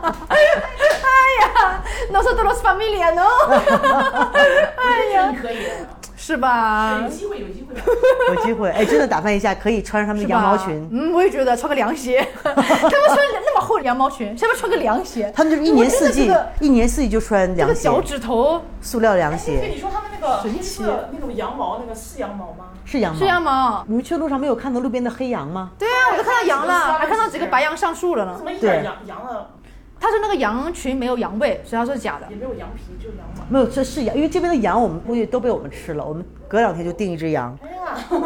B: 呀，nosotros familia no，
C: 哎呀，你可以的，
B: 是吧
C: 有？机会有机会吧。
A: (laughs) 有机会，哎，真的打扮一下，可以穿上他们
B: 是
A: 的
B: 吧
A: 羊毛裙，
B: 嗯，我也觉得穿个凉
A: (laughs)
B: 鞋，他们穿那么厚的羊毛裙，下面穿个凉鞋，
A: 他们就是一年四
B: 我觉
A: 季
B: 得，
A: 一年四季就穿
B: 这
A: 凉
B: 个这个
A: 鞋，
B: 脚趾头
A: 塑料凉
C: 哎对，
A: 鞋
C: 你说他们那个
B: 神
C: 黑
B: 奇
C: 色那种羊毛，那个是羊毛吗？
A: 是羊
B: 是
A: 毛。
B: 羊毛。
A: 你们去路上没有看到路边的黑羊吗？
B: 对啊，我都看到羊了，
C: 哎
B: 还看到几个白羊上树了呢
C: 怎。么一点羊羊了
B: 他说那个羊群没有羊味，所以他说是假的
C: 也。没有羊皮，就羊毛。
A: 没有，这是羊，因为这边的羊我们估计都被我们吃了，我们隔两天就订一只羊。
C: 哎呀，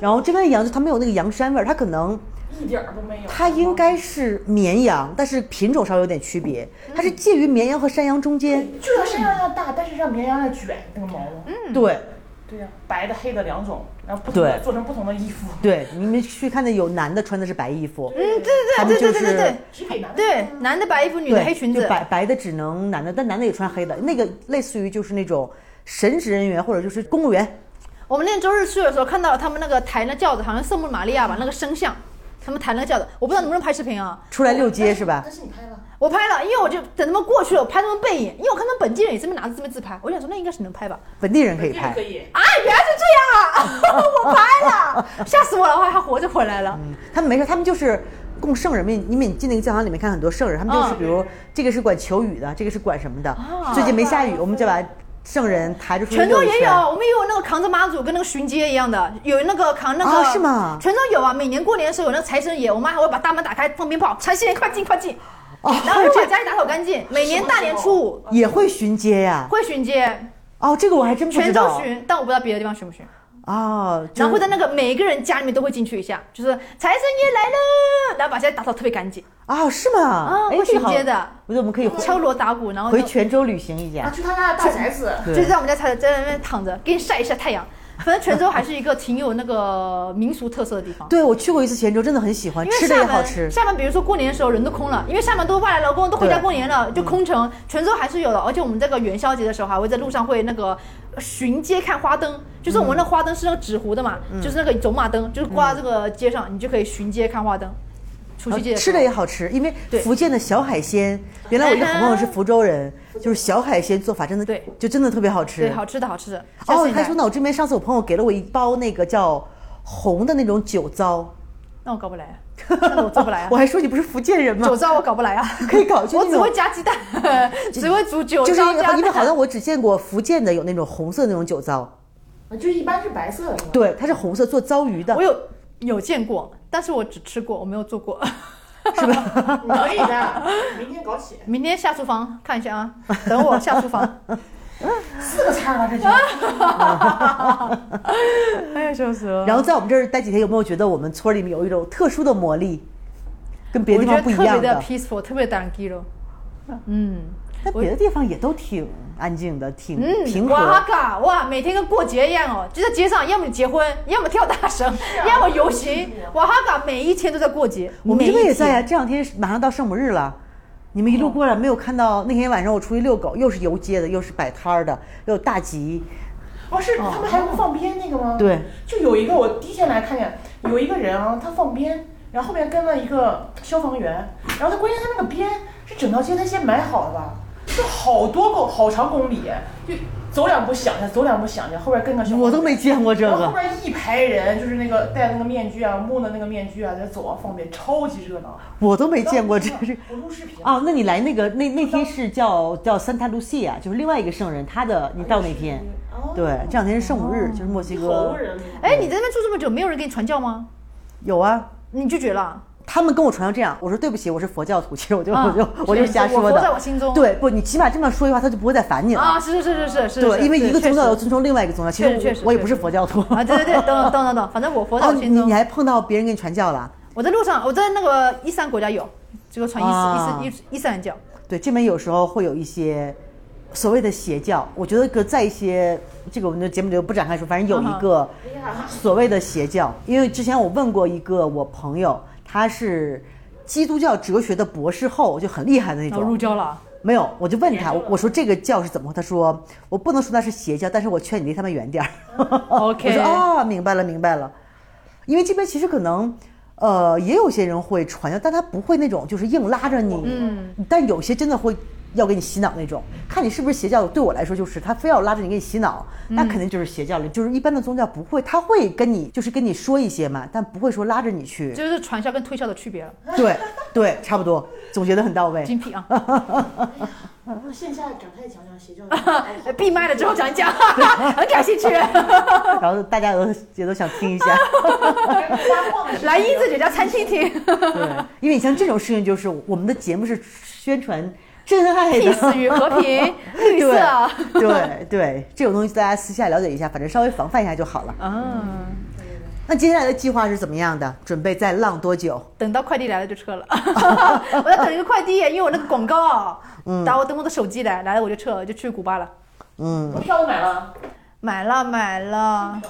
A: 然后这边的羊就它没有那个羊膻味儿，它可能
C: (laughs) 一点儿都没有。
A: 它应该是绵羊，但是品种稍微有点区别，
B: 嗯
A: 它是介于绵羊和山羊中间。
C: 就像山羊一样大，但是让绵羊要卷那个毛。嗯，
A: 对
C: 对呀，白的、黑的两种，然后不同
A: 对
C: 的做成不同的衣服。
A: 对，你们去看那有男的穿的是白衣服，
B: 嗯，对
A: 他
B: 对
A: 们
B: 对
A: 就
B: 对对对对
A: 是
C: 只给男的
B: 对，男的白衣服，女的
A: 对
B: 黑裙
A: 就
B: 子。
A: 白白的只能男的，但男的也穿黑的，那个类似于就是那种神职人员或者就是公务员，
B: 我们那天周日去的时候看到他们那个抬那轿子，好像圣母玛利亚吧，那个升像，他们抬那个轿子，我不知道能不能拍视频啊。
A: 出来遛街是吧
C: 但？是你拍了，
B: 我拍了，因为我就等他们过去了，我拍他们背影，因为我看他们本地人也这么拿着这么自拍，我想说那应该是能拍吧。
A: 本地人可以
C: 这个
A: 拍
C: 可。以。
B: 啊，原来是这样啊！ (laughs) 我拍了，吓死我了，我还活着回来了。
A: 嗯他们没事，他们就是供圣人。你你进那个教堂里面看很多圣人，他们就是
B: 嗯
A: 比如这个是管求雨的，这个是管什么的
B: 啊。
A: 最近没下雨，我们就把圣人抬着出去
B: 泉州
A: 遛一
B: 也有，
A: 圈。
B: 我们也有那个扛着妈祖跟那个巡街一样的，有那个扛那个、
A: 啊是吗
B: 泉州有啊，每年过年的时候有那个财神爷，我妈还会把大门打开放鞭炮，财神爷快进快进，
A: 哦
B: 然后就把家里打扫干
A: (laughs)
B: 净。每年大年初五
A: 也会巡街呀、
B: 会巡街，
A: 哦，这个我还真不知
B: 泉州
A: 道。
B: 巡，但我不知道别的地方巡不巡。
A: 哦，就
B: 然后会在那个每一个人家里面都会进去一下，就是财神爷来了，然后把家里打扫特别干净，
A: 啊、是吗？
B: 啊
A: 哎这
B: 会
A: 个
B: 巡
A: 好
B: 街的嗯
A: 我觉得我们可以回
B: 敲锣打鼓，然后
A: 嗯回
B: 就
A: 泉州旅行一
C: 啊，
A: 下。
C: 去他家大宅子。
A: (laughs)
B: 就
A: 对，
B: 在我们家才在那边躺着，给你晒一下太阳。反正泉州还是一个挺有那个民俗特色的地方。
A: 对我去过一次泉州，真的很喜欢，
B: 因为
A: 啊吃的
B: 厦
A: 也好
B: 门，
A: 吃。
B: 厦门比如说过年的时候人都空了，因为厦门都外来劳工都回家
A: 对
B: 过年了，就空城。泉州还是有的，而且我们这个元宵节的时候还会在路上会那个巡街看花灯，就是我们那花灯是那个纸糊的嘛，
A: 嗯
B: 就是那个走马灯，就是挂这个街上，你就可以巡街看花灯。除夕节
A: 哦吃的
B: 时
A: 也
B: 候
A: 好吃，因为
B: 对哎
A: 福建的小海鲜，原来我一个好朋友是福州人，就是小海鲜做法真的
B: 对，
A: 就真的特别好吃。
B: 对，好吃的好吃的。下次
A: 哦，
B: 你
A: 还
B: 来
A: 说呢，我这边上次我朋友给了我一包那个叫红的那种酒糟，
B: 那我搞不来啊，那我做不来啊
A: (laughs) 我。还说你不是福建人吗
B: 酒？糟我搞不来啊，
A: 可以搞就
B: 我
A: 那
B: 只
A: 种
B: 会加鸡蛋，只会煮
A: (laughs)
B: 酒
A: 就是
B: 糟
A: 因为
B: 加
A: 因为好
B: 蛋。
A: 像我只见过福建的有那种红色的那种酒糟，
C: 啊就一般是白色的是吧？
A: 对，它是红色做糟鱼的
B: 我，有有见过，但是我只吃过，我没有做过。
C: 你可以的，明天搞起。
B: 明天下厨房看一下
A: (laughs)
B: 啊，等我下厨房。
C: 四个菜了，这就
B: 哎呀，笑死了
A: 然后在我们这儿待几天，有没有觉得我们村里面有一种特殊的魔力，跟别的地方不一
B: 我觉
A: 样
B: 得特
A: 的？
B: 别的 peaceful，特别的 tranquilo。嗯
A: 但别的地方也都挺安静的，挺平
B: 嗯，
A: 和。
B: 哇哈嘎哇，每天跟过节一样哦，就在街上，要么你结婚，要么跳大绳，要么游行。哇哈嘎每一天都在过节，
A: 啊我们这边也
B: 每一天
A: 在啊，这两天马上到圣母日了，你们一路过来没有看到？那天晚上我出去遛狗，又是游街的，又是摆摊儿的，又有大集，
C: 哦，是他们还会放鞭那个吗？
A: 对，
C: 就有一个我第一天来看见有一个人啊，他放鞭，然后后面跟了一个消防员，然后他关键他那个鞭是整条街他先买好的吧，就好多公好长公里，就走两步想一下，走两步想一下，后边跟个消防员
A: 我都没见过这
C: 然后后
A: 个。
C: 边一排人，就是那个戴那个面具啊，木的那个面具啊，在走啊，放鞭，超级热闹。
A: 我都没见过这
C: 当时
A: 是
C: 我录视频，
A: 哦，那你来那个那那天是叫叫 Santa Lucia，就是另外一个圣人，他的你到那天，
C: 哦
A: 对，这两天是圣母日，就是墨西
C: 好
A: 哥
C: 多人呢。
B: 哎，你在那边住这么久，没有人给你传教吗？
A: 有啊。
B: 你拒绝了？
A: 他们跟我传教这样，我说对不起，我是佛教徒， (laughs) 其实我就、
B: 啊
A: 我就我就是瞎
B: 我
A: 说
B: 佛
A: 的。
B: 在我心中
A: 对，不，你起码这么说一句话，他就不会再烦你了。
B: 啊，是是是是是是，
A: 对，因为
B: 是
A: 一个宗教要。尊重另外一个宗教，其实
B: 确
A: 我
B: 实确实
A: 我也
B: 确
A: 不是
B: 实
A: 佛教徒
B: 确实
A: (laughs)
B: 啊，对对对，等等等等，反正我佛在
A: 哦，
B: 我
A: 你
B: 心
A: 你
B: 中
A: 你。还碰到别人给你传教了？
B: 我在路上，我在那个伊斯兰国家有，这个传伊斯、
A: 啊
B: 伊斯伊伊斯兰教，
A: 对，这边有时候会有一些所谓的邪教，我觉得个在一些这个我们的节目里就不展开说，反正有
B: 嗯
A: 一
B: 哼
A: 个所谓的邪教，因为之前我问过一个我朋友，他是基督教哲学的博士后，就很厉害的那
B: 然后
A: 种
B: 入。教了。啊
A: 没有，我就问他，我说这个教是怎么回事？他说我不能说它是邪教，但是我劝你离他们远点儿。
B: (laughs) OK
A: 我说啊，明白了，明白了。因为这边其实可能，呃，也有些人会传教，但他不会那种就是硬拉着你，嗯，但有些真的会要给你洗脑那种，看你是不是邪教。对我来说就是他非要拉着你给你洗脑，
B: 嗯
A: 那肯定就是邪教了。就是一般的宗教不会，他会跟你就是跟你说一些嘛，但不会说拉着你去。
B: 这就是传销跟推销的区别了，
A: 对对，差不多，总结得很到
B: (laughs)
A: 位。
B: 精辟啊！
C: 哎那线下展开讲讲
A: (laughs)
C: 邪教。哎好
B: 闭麦了之后讲一讲， (laughs) 很感 (laughs) 兴趣。
A: 然后大家都也都想听一下。
C: 八卦的事情
B: 来英子姐家餐厅 (laughs) 听，
A: 对，因为你像这种事情，就是我们的节目是宣传真爱
B: 历 (laughs)
A: 的。
B: 史与和平，绿色。啊
A: 对对对，这种东西大家私下了解一下，反正稍微防范一下就好了。
B: 嗯，
A: 那接下来的计划是怎么样的？准备再浪多久？
B: 等到快递来了就撤了， (laughs) 我在等一个快递，因为我那个广告啊，打我等我的手机来来了我就撤了，就去古巴了。
A: 嗯，
C: 票都买了，
B: 买了买了，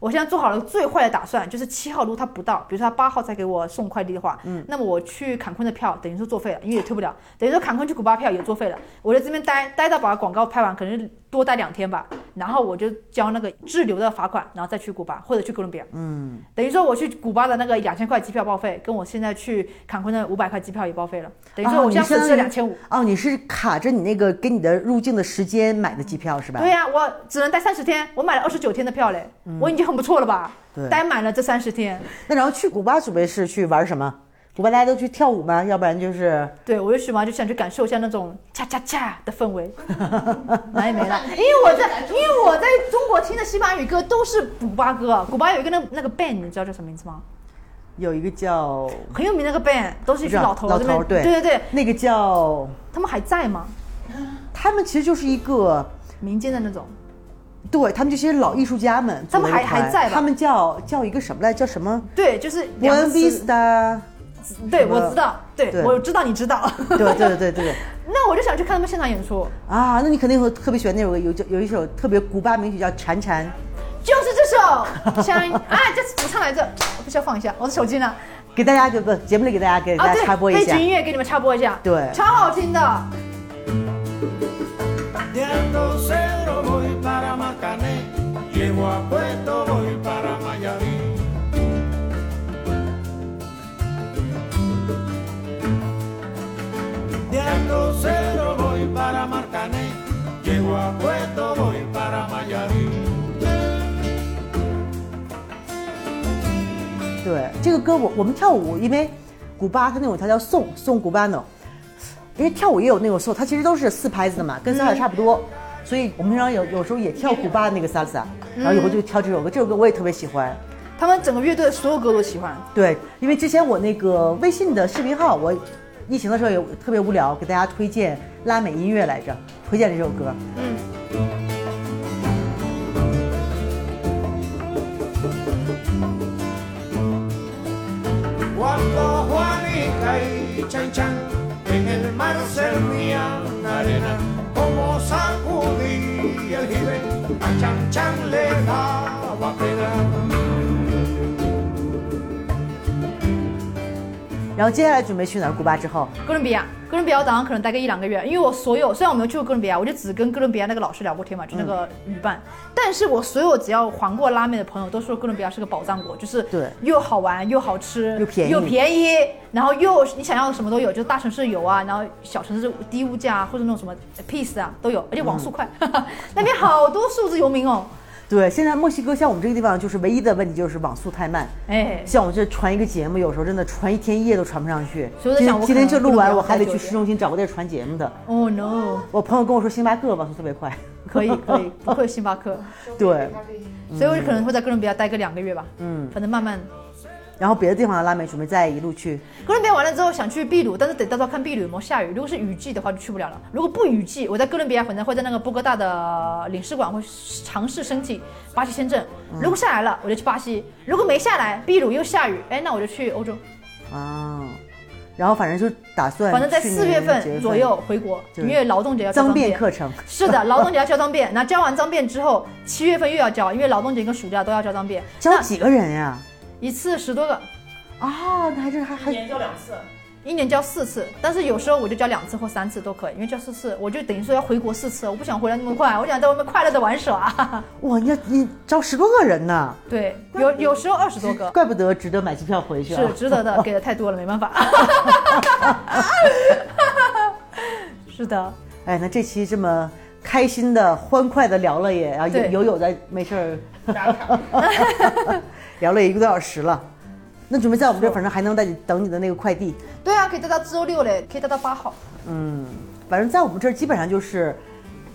B: 我现在做好了最坏的打算，就是七号如果他不到，比如说他八号才给我送快递的话，嗯，那么我去坎昆的票等于说作废了，因为也退不了，等于说坎昆去古巴票也作废了，我在这边待待到把广告拍完，可能多待两天吧，然后我就交那个滞留的罚款，然后再去古巴或者去哥伦比亚，嗯，等于说我去古巴的那个两千块机票报废，跟我现在去坎昆的五百块机票也报废了，等于说
A: 哦
B: 我
A: 你
B: 啊现在损失了两
A: 相
B: 千五。
A: 哦，你是卡着你那个给你的入境的时间买的机票是吧？
B: 对呀、我只能待三十天，我买了二十九天的票嘞，我已经很不错了吧？
A: 对
B: 待满了这三十天，
A: 那然后去古巴准备是去玩什么？古巴大家都去跳舞吗？要不然就是
B: 对我就喜欢就想去感受一下那种恰恰恰的氛
A: (laughs)
B: 围，哪也没了。因为我在，因为我在中国听的西班牙语歌都是古巴歌，啊古巴有一个那那个 band，你知道叫什么名字吗？
A: 有一个叫
B: 很有名那个 band，都是一
A: 不
B: 群
A: 知道
B: 老头
A: 老
B: 这边
A: 头对
B: 对对对，
A: 那个叫
B: 他们还在吗？
A: 他们其实就是一个
B: 民间的那种，
A: 对他们这些老艺术家们
B: 他
A: 组了
B: 们
A: 一
B: 还
A: 团，
B: 还在吧
A: 他们叫叫一个什么来？叫什么
B: 对，就是两个
A: ？One
B: 词，
A: Vista。
B: 对
A: 什么
B: 我知道，对
A: 对
B: 我知道你知道，
A: 对对对对对。
B: (laughs) 那我就想去看他们现场演出，
A: 啊，那你肯定会特别喜欢那首歌，有有一首特别古巴名曲叫《潺潺》。
B: 就是这首，像啊，这是怎么唱来着？我必须要放一下，我的手机呢？
A: 给大家就不节目里给大家给
B: 啊，
A: 大家
B: 对，
A: 插播一
B: 背
A: 下
B: 景，音乐给你们插播一下，
A: 对
B: 超好听的。
D: De Cero voy para Macané, llego a Puerto, voy para Mayarí. De Cero voy para Marcané, llego a Puerto, voy para Mayarí.
A: 对这个歌我我们跳舞，因为古巴它那种它叫颂颂古巴 no，因为跳舞也有那种颂，它其实都是四拍子的嘛，跟 salsa 差不多，
B: 嗯
A: 所以我们平常有有时候也跳古巴的那个 salsa，然啊后以后就跳这首歌，这首歌我也特别喜欢。
B: 他们整个乐队的所有歌都喜欢。
A: 对，因为之前我那个微信的视频号，我疫情的时候也特别无聊，给大家推荐拉美音乐来着，推荐这首歌。
D: Cuando Juanita y Chan Chan en el mar servían arena, como sacudí el jibe, a Chan Chan le daba pena.
A: 然然后接下来准备去哪儿？古巴之后，
B: 哥伦比亚，哥伦比亚我打算可能待个一两个月，因为我所有虽然我没有去过哥伦比亚，我就只跟哥伦比亚那个老师聊过天
A: 嗯
B: 嘛，就那个旅伴。但是我所有只要环过拉美的朋友都说哥伦比亚是个宝藏国，就是
A: 对
B: 又好玩又好吃
A: 又便宜
B: 又便宜，然后又你想要的什么都有，就是大城市有啊，然后小城市低物价啊，或者那种什么 peace 啊都有，而且网速快，
A: 嗯
B: (laughs) 那边好多数字游民哦，
A: 对，现在墨西哥像我们这个地方，就是唯一的问题就是网速太慢。
B: 哎，
A: 像我这传一个节目，有时候真的传一天一夜都传不上去。
B: 所以我在
A: 今
B: 想
A: 天
B: 我
A: 今天
B: 可能
A: 这录
B: 不能
A: 完，
B: 聊
A: 我还得
B: 太
A: 去
B: 久
A: 市中心找个地儿传节目的。
B: 哦 no，
A: 我朋友跟我说，星巴克网速特别快。
B: 可以可以，不愧是星巴克，
A: 对，
B: 所以我可能会在哥伦比亚待个两个月吧，
A: 嗯
B: 嗯，反正慢慢
A: 然后别的地方的拉美准备再一路去。
B: 哥伦比亚完了之后想去秘鲁，但是得到时候看秘鲁有没有下雨。如果是雨季的话就去不了了。如果不雨季，我在哥伦比亚反正会在那个波哥大的领事馆会尝试申请巴西签证。如果下来了，我就去巴西；如果没下来，秘鲁又下雨，哎，那我就去欧洲。
A: 啊，然后反正就打算，
B: 反正在四月份左右回国，
A: 对
B: 因为劳动节要交
A: 脏
B: 脏
A: 辫
B: 辫。
A: 课程，
B: 是的，劳动节要交脏辫，那交完脏辫之后，七月份又要交，因为劳动节跟暑假都要交脏辫，
A: 教几个人呀？
B: 一次十多个，
A: 啊，那还真还
C: 一
A: 还
C: 年交两次，
B: 一年交四次，但是有时候我就交两次或三次都可以，因为交四次我就等于说要回国四次，我不想回来那么快，我想在外面快乐的玩耍。
A: 哇，你要你招十多个人呢，
B: 对，有有时候二十
A: (laughs)
B: 多个。
A: 怪不得值得买机票回去啊
B: 是。值得的，给的太多了，没办法。 (laughs) 是的，
A: 哎，那这期这么开心的、欢快的聊了也啊，有
B: 对
A: 有有在没事儿
C: 打卡。
A: (laughs) 聊了也一个多小时了。那准备在我们这儿，反正还能带你等你的那个快递。
B: 对啊，可以待到周六嘞，可以待到八号。
A: 反正在我们这儿基本上就是，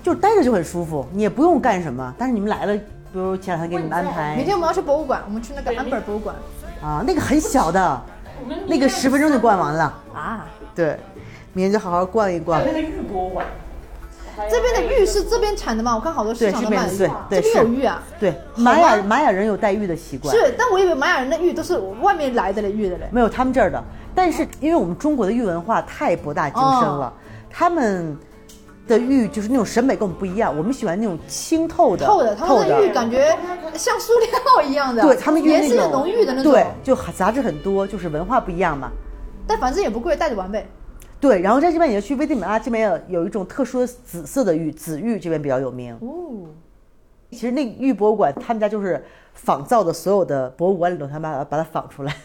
A: 就是待着就很舒服，你也不用干什么。但是你们来了，比如前两天给你们安排
B: 明天我们要去博物馆，我们去那个安本博物馆
A: 啊，那个很小的，
C: 我们
A: 那个十分钟就逛完了。
B: 啊。
A: 对，明天就好好逛一逛
C: 还有。那个玉博物馆，
B: 这边的玉是这边产的吗？我看好多市
A: 对，
B: 场
A: 这
B: 都
A: 边
B: 卖玉，
A: 对对
B: 这边有玉啊。
A: 对，玛雅
B: 好吧
A: 玛雅人有戴玉的习惯，
B: 是，但我以为玛雅人的玉都是外面来的嘞，玉的嘞。
A: 没有他们这儿的。但是因为我们中国的玉文化太博大精深
B: 哦
A: 了，他们的玉就是那种审美跟我们不一样，我们喜欢那种清透的、
B: 透的，他们的玉感觉像塑料一样的，
A: (laughs) 对他们玉
B: 颜
A: 那
B: 色又
A: 种
B: 浓郁的那种。
A: 对，就杂质很多，就是文化不一样嘛。
B: 但反正也不贵，带着玩呗。
A: 对，然后在这边也去危地马拉，这边有有一种特殊的紫色的玉，紫玉这边比较有名。
B: 哦，
A: 其实那个玉博物馆，他们家就是仿造的所有的博物馆里头，他们把它把它仿出来。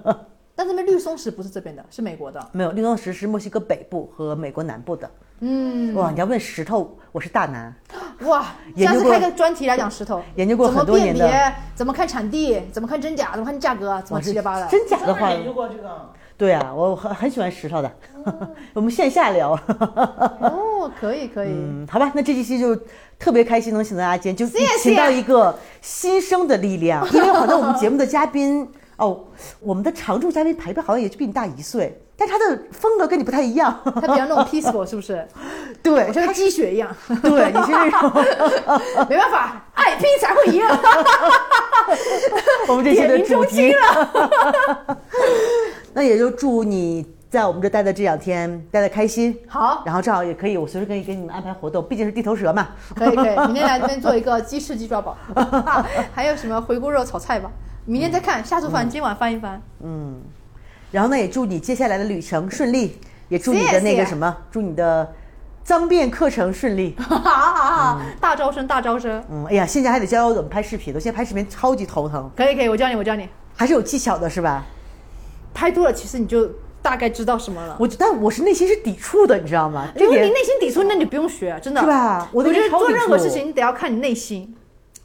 A: (laughs)
B: 但这边绿松石不是这边的，是美国的。
A: 没有，绿松石是墨西哥北部和美国南部的。
B: 嗯，
A: 哇，你要问石头，我是大南，
B: 哇，
A: 研
B: 下
A: 究
B: 次
A: 过
B: 开个专题来讲石头，
A: 研究过很多年的
B: 怎么辨别，怎么看产地，怎么看真假，怎么看价格，啊怎么七
A: 是
B: 七八八的。哎
A: 真假的
C: 专门
A: 话，
C: 研究过这个，
A: 对啊，我很很喜欢石头的。 (laughs) 我们线下聊，
B: 哦，可以可以。
A: 嗯，好吧，那这一期就特别开心能请到阿坚，就
B: 谢谢
A: 请到一个新生的力量，因为好像我们节目的嘉宾哦，我们的常驻嘉宾培培好像也就比你大一岁，但他的风格跟你不太一样，
B: (laughs) 它比较那种 peaceful，是不是？
A: (laughs) 对
B: 我，像个鸡血一样，
A: (laughs) 对，你是那种，
B: (laughs) 没办法，爱拼才会
A: (laughs)
B: 赢。
A: 我们这期的
B: 点名
A: 主
B: 中
A: 题了。那也就祝你在我们这待的这两天待的开心，
B: 好，
A: 然后正好也可以，我随时可以给你们安排活动，毕竟是地头蛇嘛。
B: 可以可以，明天来这边做一个鸡翅鸡爪煲，还有什么回锅肉炒菜吧。明天再看，下厨房今晚翻一翻。
A: 然后呢，也祝你接下来的旅程顺利，也祝你
B: 谢
A: 的那个
B: 谢
A: 什么，祝你的脏辫课程顺利。
B: 好好好，大招生大招生，
A: 嗯，哎呀，现在还得教我怎么拍视频，我现在拍视频超级头疼，
B: 可以可以，我教你我教你，
A: 还是有技巧的，是吧？
B: 拍多了其实你就大概知道什么了。
A: 我但我是内心是抵触的，你知道吗？
B: 如
A: 这
B: 果你
A: 点
B: 内心抵触，那你不用学，真的。
A: 是吧我
B: 我
A: 内心
B: 觉得
A: 超
B: 做
A: 抵
B: 任何
A: 触
B: 事情你得要看你内心，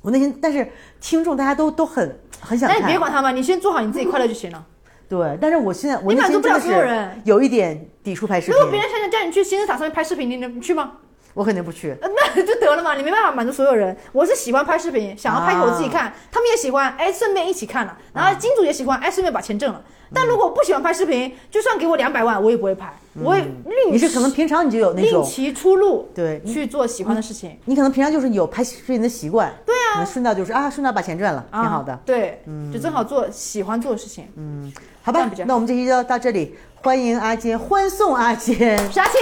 A: 我内心，但是听众大家都都很很想
B: 那
A: 看，
B: 你别管他们，你先做好你自己快乐就行了。
A: 对，但是我现在我
B: 你
A: 内
B: 满
A: 心
B: 足不
A: 真的
B: 了所有
A: 是
B: 人
A: 有一点抵触拍视
B: 如果别
A: 频，
B: 人想想叫你去金字塔上面拍视频，你能你去吗？
A: 我肯定不去。
B: 呃 (laughs) 那就得了嘛，你没办法满足所有人。我是喜欢拍视频，想要拍给我自己看，他们也喜欢，哎，顺便一起看了。然后金主也喜欢，哎，顺便把钱挣了。
A: 嗯
B: 但如果不喜欢拍视频，就算给我两百万，我也不会拍，我也另
A: 你是可能平常你就有那
B: 另
A: 种，
B: 其出路，
A: 对你
B: 去做喜欢的事情，
A: 你可能平常就是有拍视频的习惯，
B: 对啊
A: 可能顺道就是啊，顺道把钱赚了，挺
B: 啊
A: 好的。
B: 对，就正好做喜欢做的事情。嗯，
A: 好
B: 这
A: 吧
B: 样比较，好
A: 那我们这期就到这里，欢迎阿坚，欢送阿坚，
B: 杀青，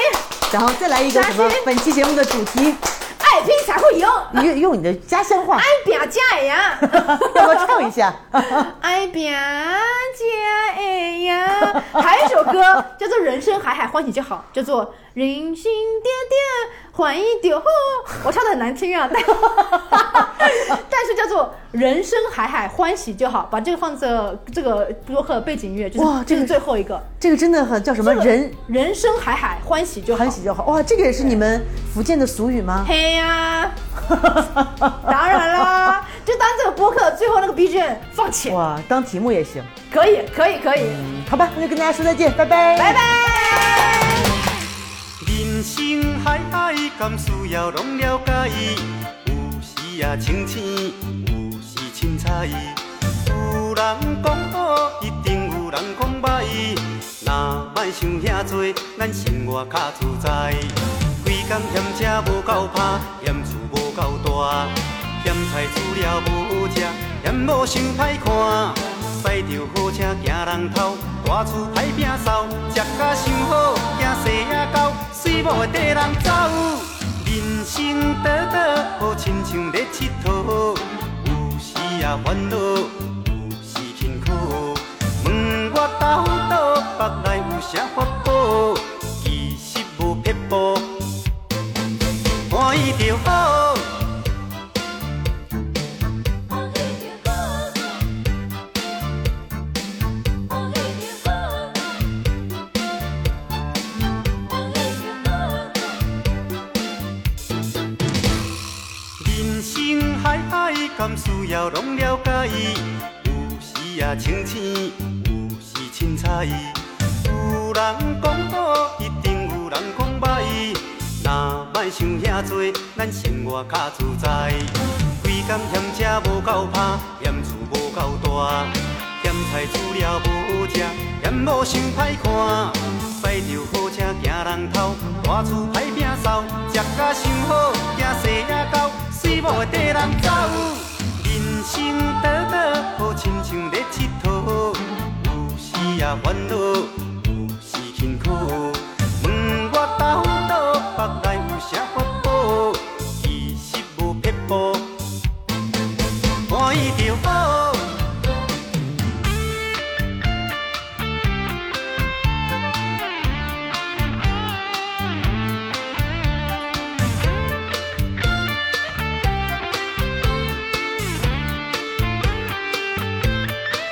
A: 然后再来一个什么
B: 扎心
A: 本期节目的主题。
B: 爱爱拼才会赢。
A: 用用你的家乡话 (laughs)
B: 爱，拼啊才会 (laughs) 赢，
A: 要不要唱一下？ (laughs)
B: 爱拼才会赢。还有一首歌叫做《人生海海欢喜就好》，叫做“人生点点欢喜就好”。我唱的很难听啊，但 (laughs) 但是叫做“人生海海欢喜就好”，把这个放这这个播客背景音乐，就是
A: 哇
B: 这
A: 这
B: 是
A: 个
B: 最后一个。
A: 这个真的很叫什么
B: 这个
A: 人
B: 人生海海欢喜就好
A: 欢。喜就好。哇，这个也是你们福建的俗语吗？
B: 嘿呀、当然
A: (laughs)
B: 啦，就当这个播客最后那个 BGM 放起，
A: (laughs) 哇，当题目也行。
B: 可以，可以，可以，
A: 好吧，那就跟大家说再见，拜拜，
B: 拜拜。
E: 人生海海，甘需要拢了解？有时啊清醒，有时凊彩。有人讲好，一定有人讲歹。若莫想遐多，咱生活较自在。规工嫌车无够拍，嫌厝无够大，嫌菜煮了无好食，嫌某想歹看。驶着好车行人头，大厝歹摒扫，食甲想好，惊西啊到，水某会跟人走。人生短短，好亲像咧佚佗，有时啊烦恼，有时辛苦。问我到倒，腹内有啥法宝？其实无撇步，欢喜就好。人生海海，甘需要拢了解？有时啊清醒，有时啊凊彩。有啊人讲好，一定有啊人讲歹。若莫想遐多，咱生活较自在。规工嫌车无够拍，嫌厝无够大，嫌菜煮了无好食，嫌某想歹看。驶着好车行人头，大厝歹摒扫，食甲想好，惊西啊到，水某会跟人走。人生短短，好亲像咧佚佗，有时啊烦恼，有时辛苦。问我到倒，腹内有啥法宝？其实无撇步，欢喜就好。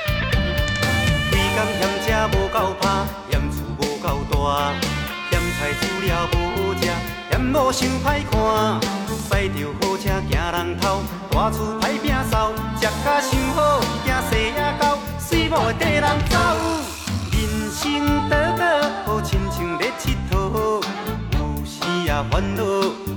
E: 规工嫌车无够拍，嫌厝无够大，嫌菜煮了无好食，嫌某想歹看。驶着好车行人头，大厝歹摒扫，食甲想好，惊西啊到，水某会跟人走。人生短短，好亲像咧佚佗，有时啊烦恼。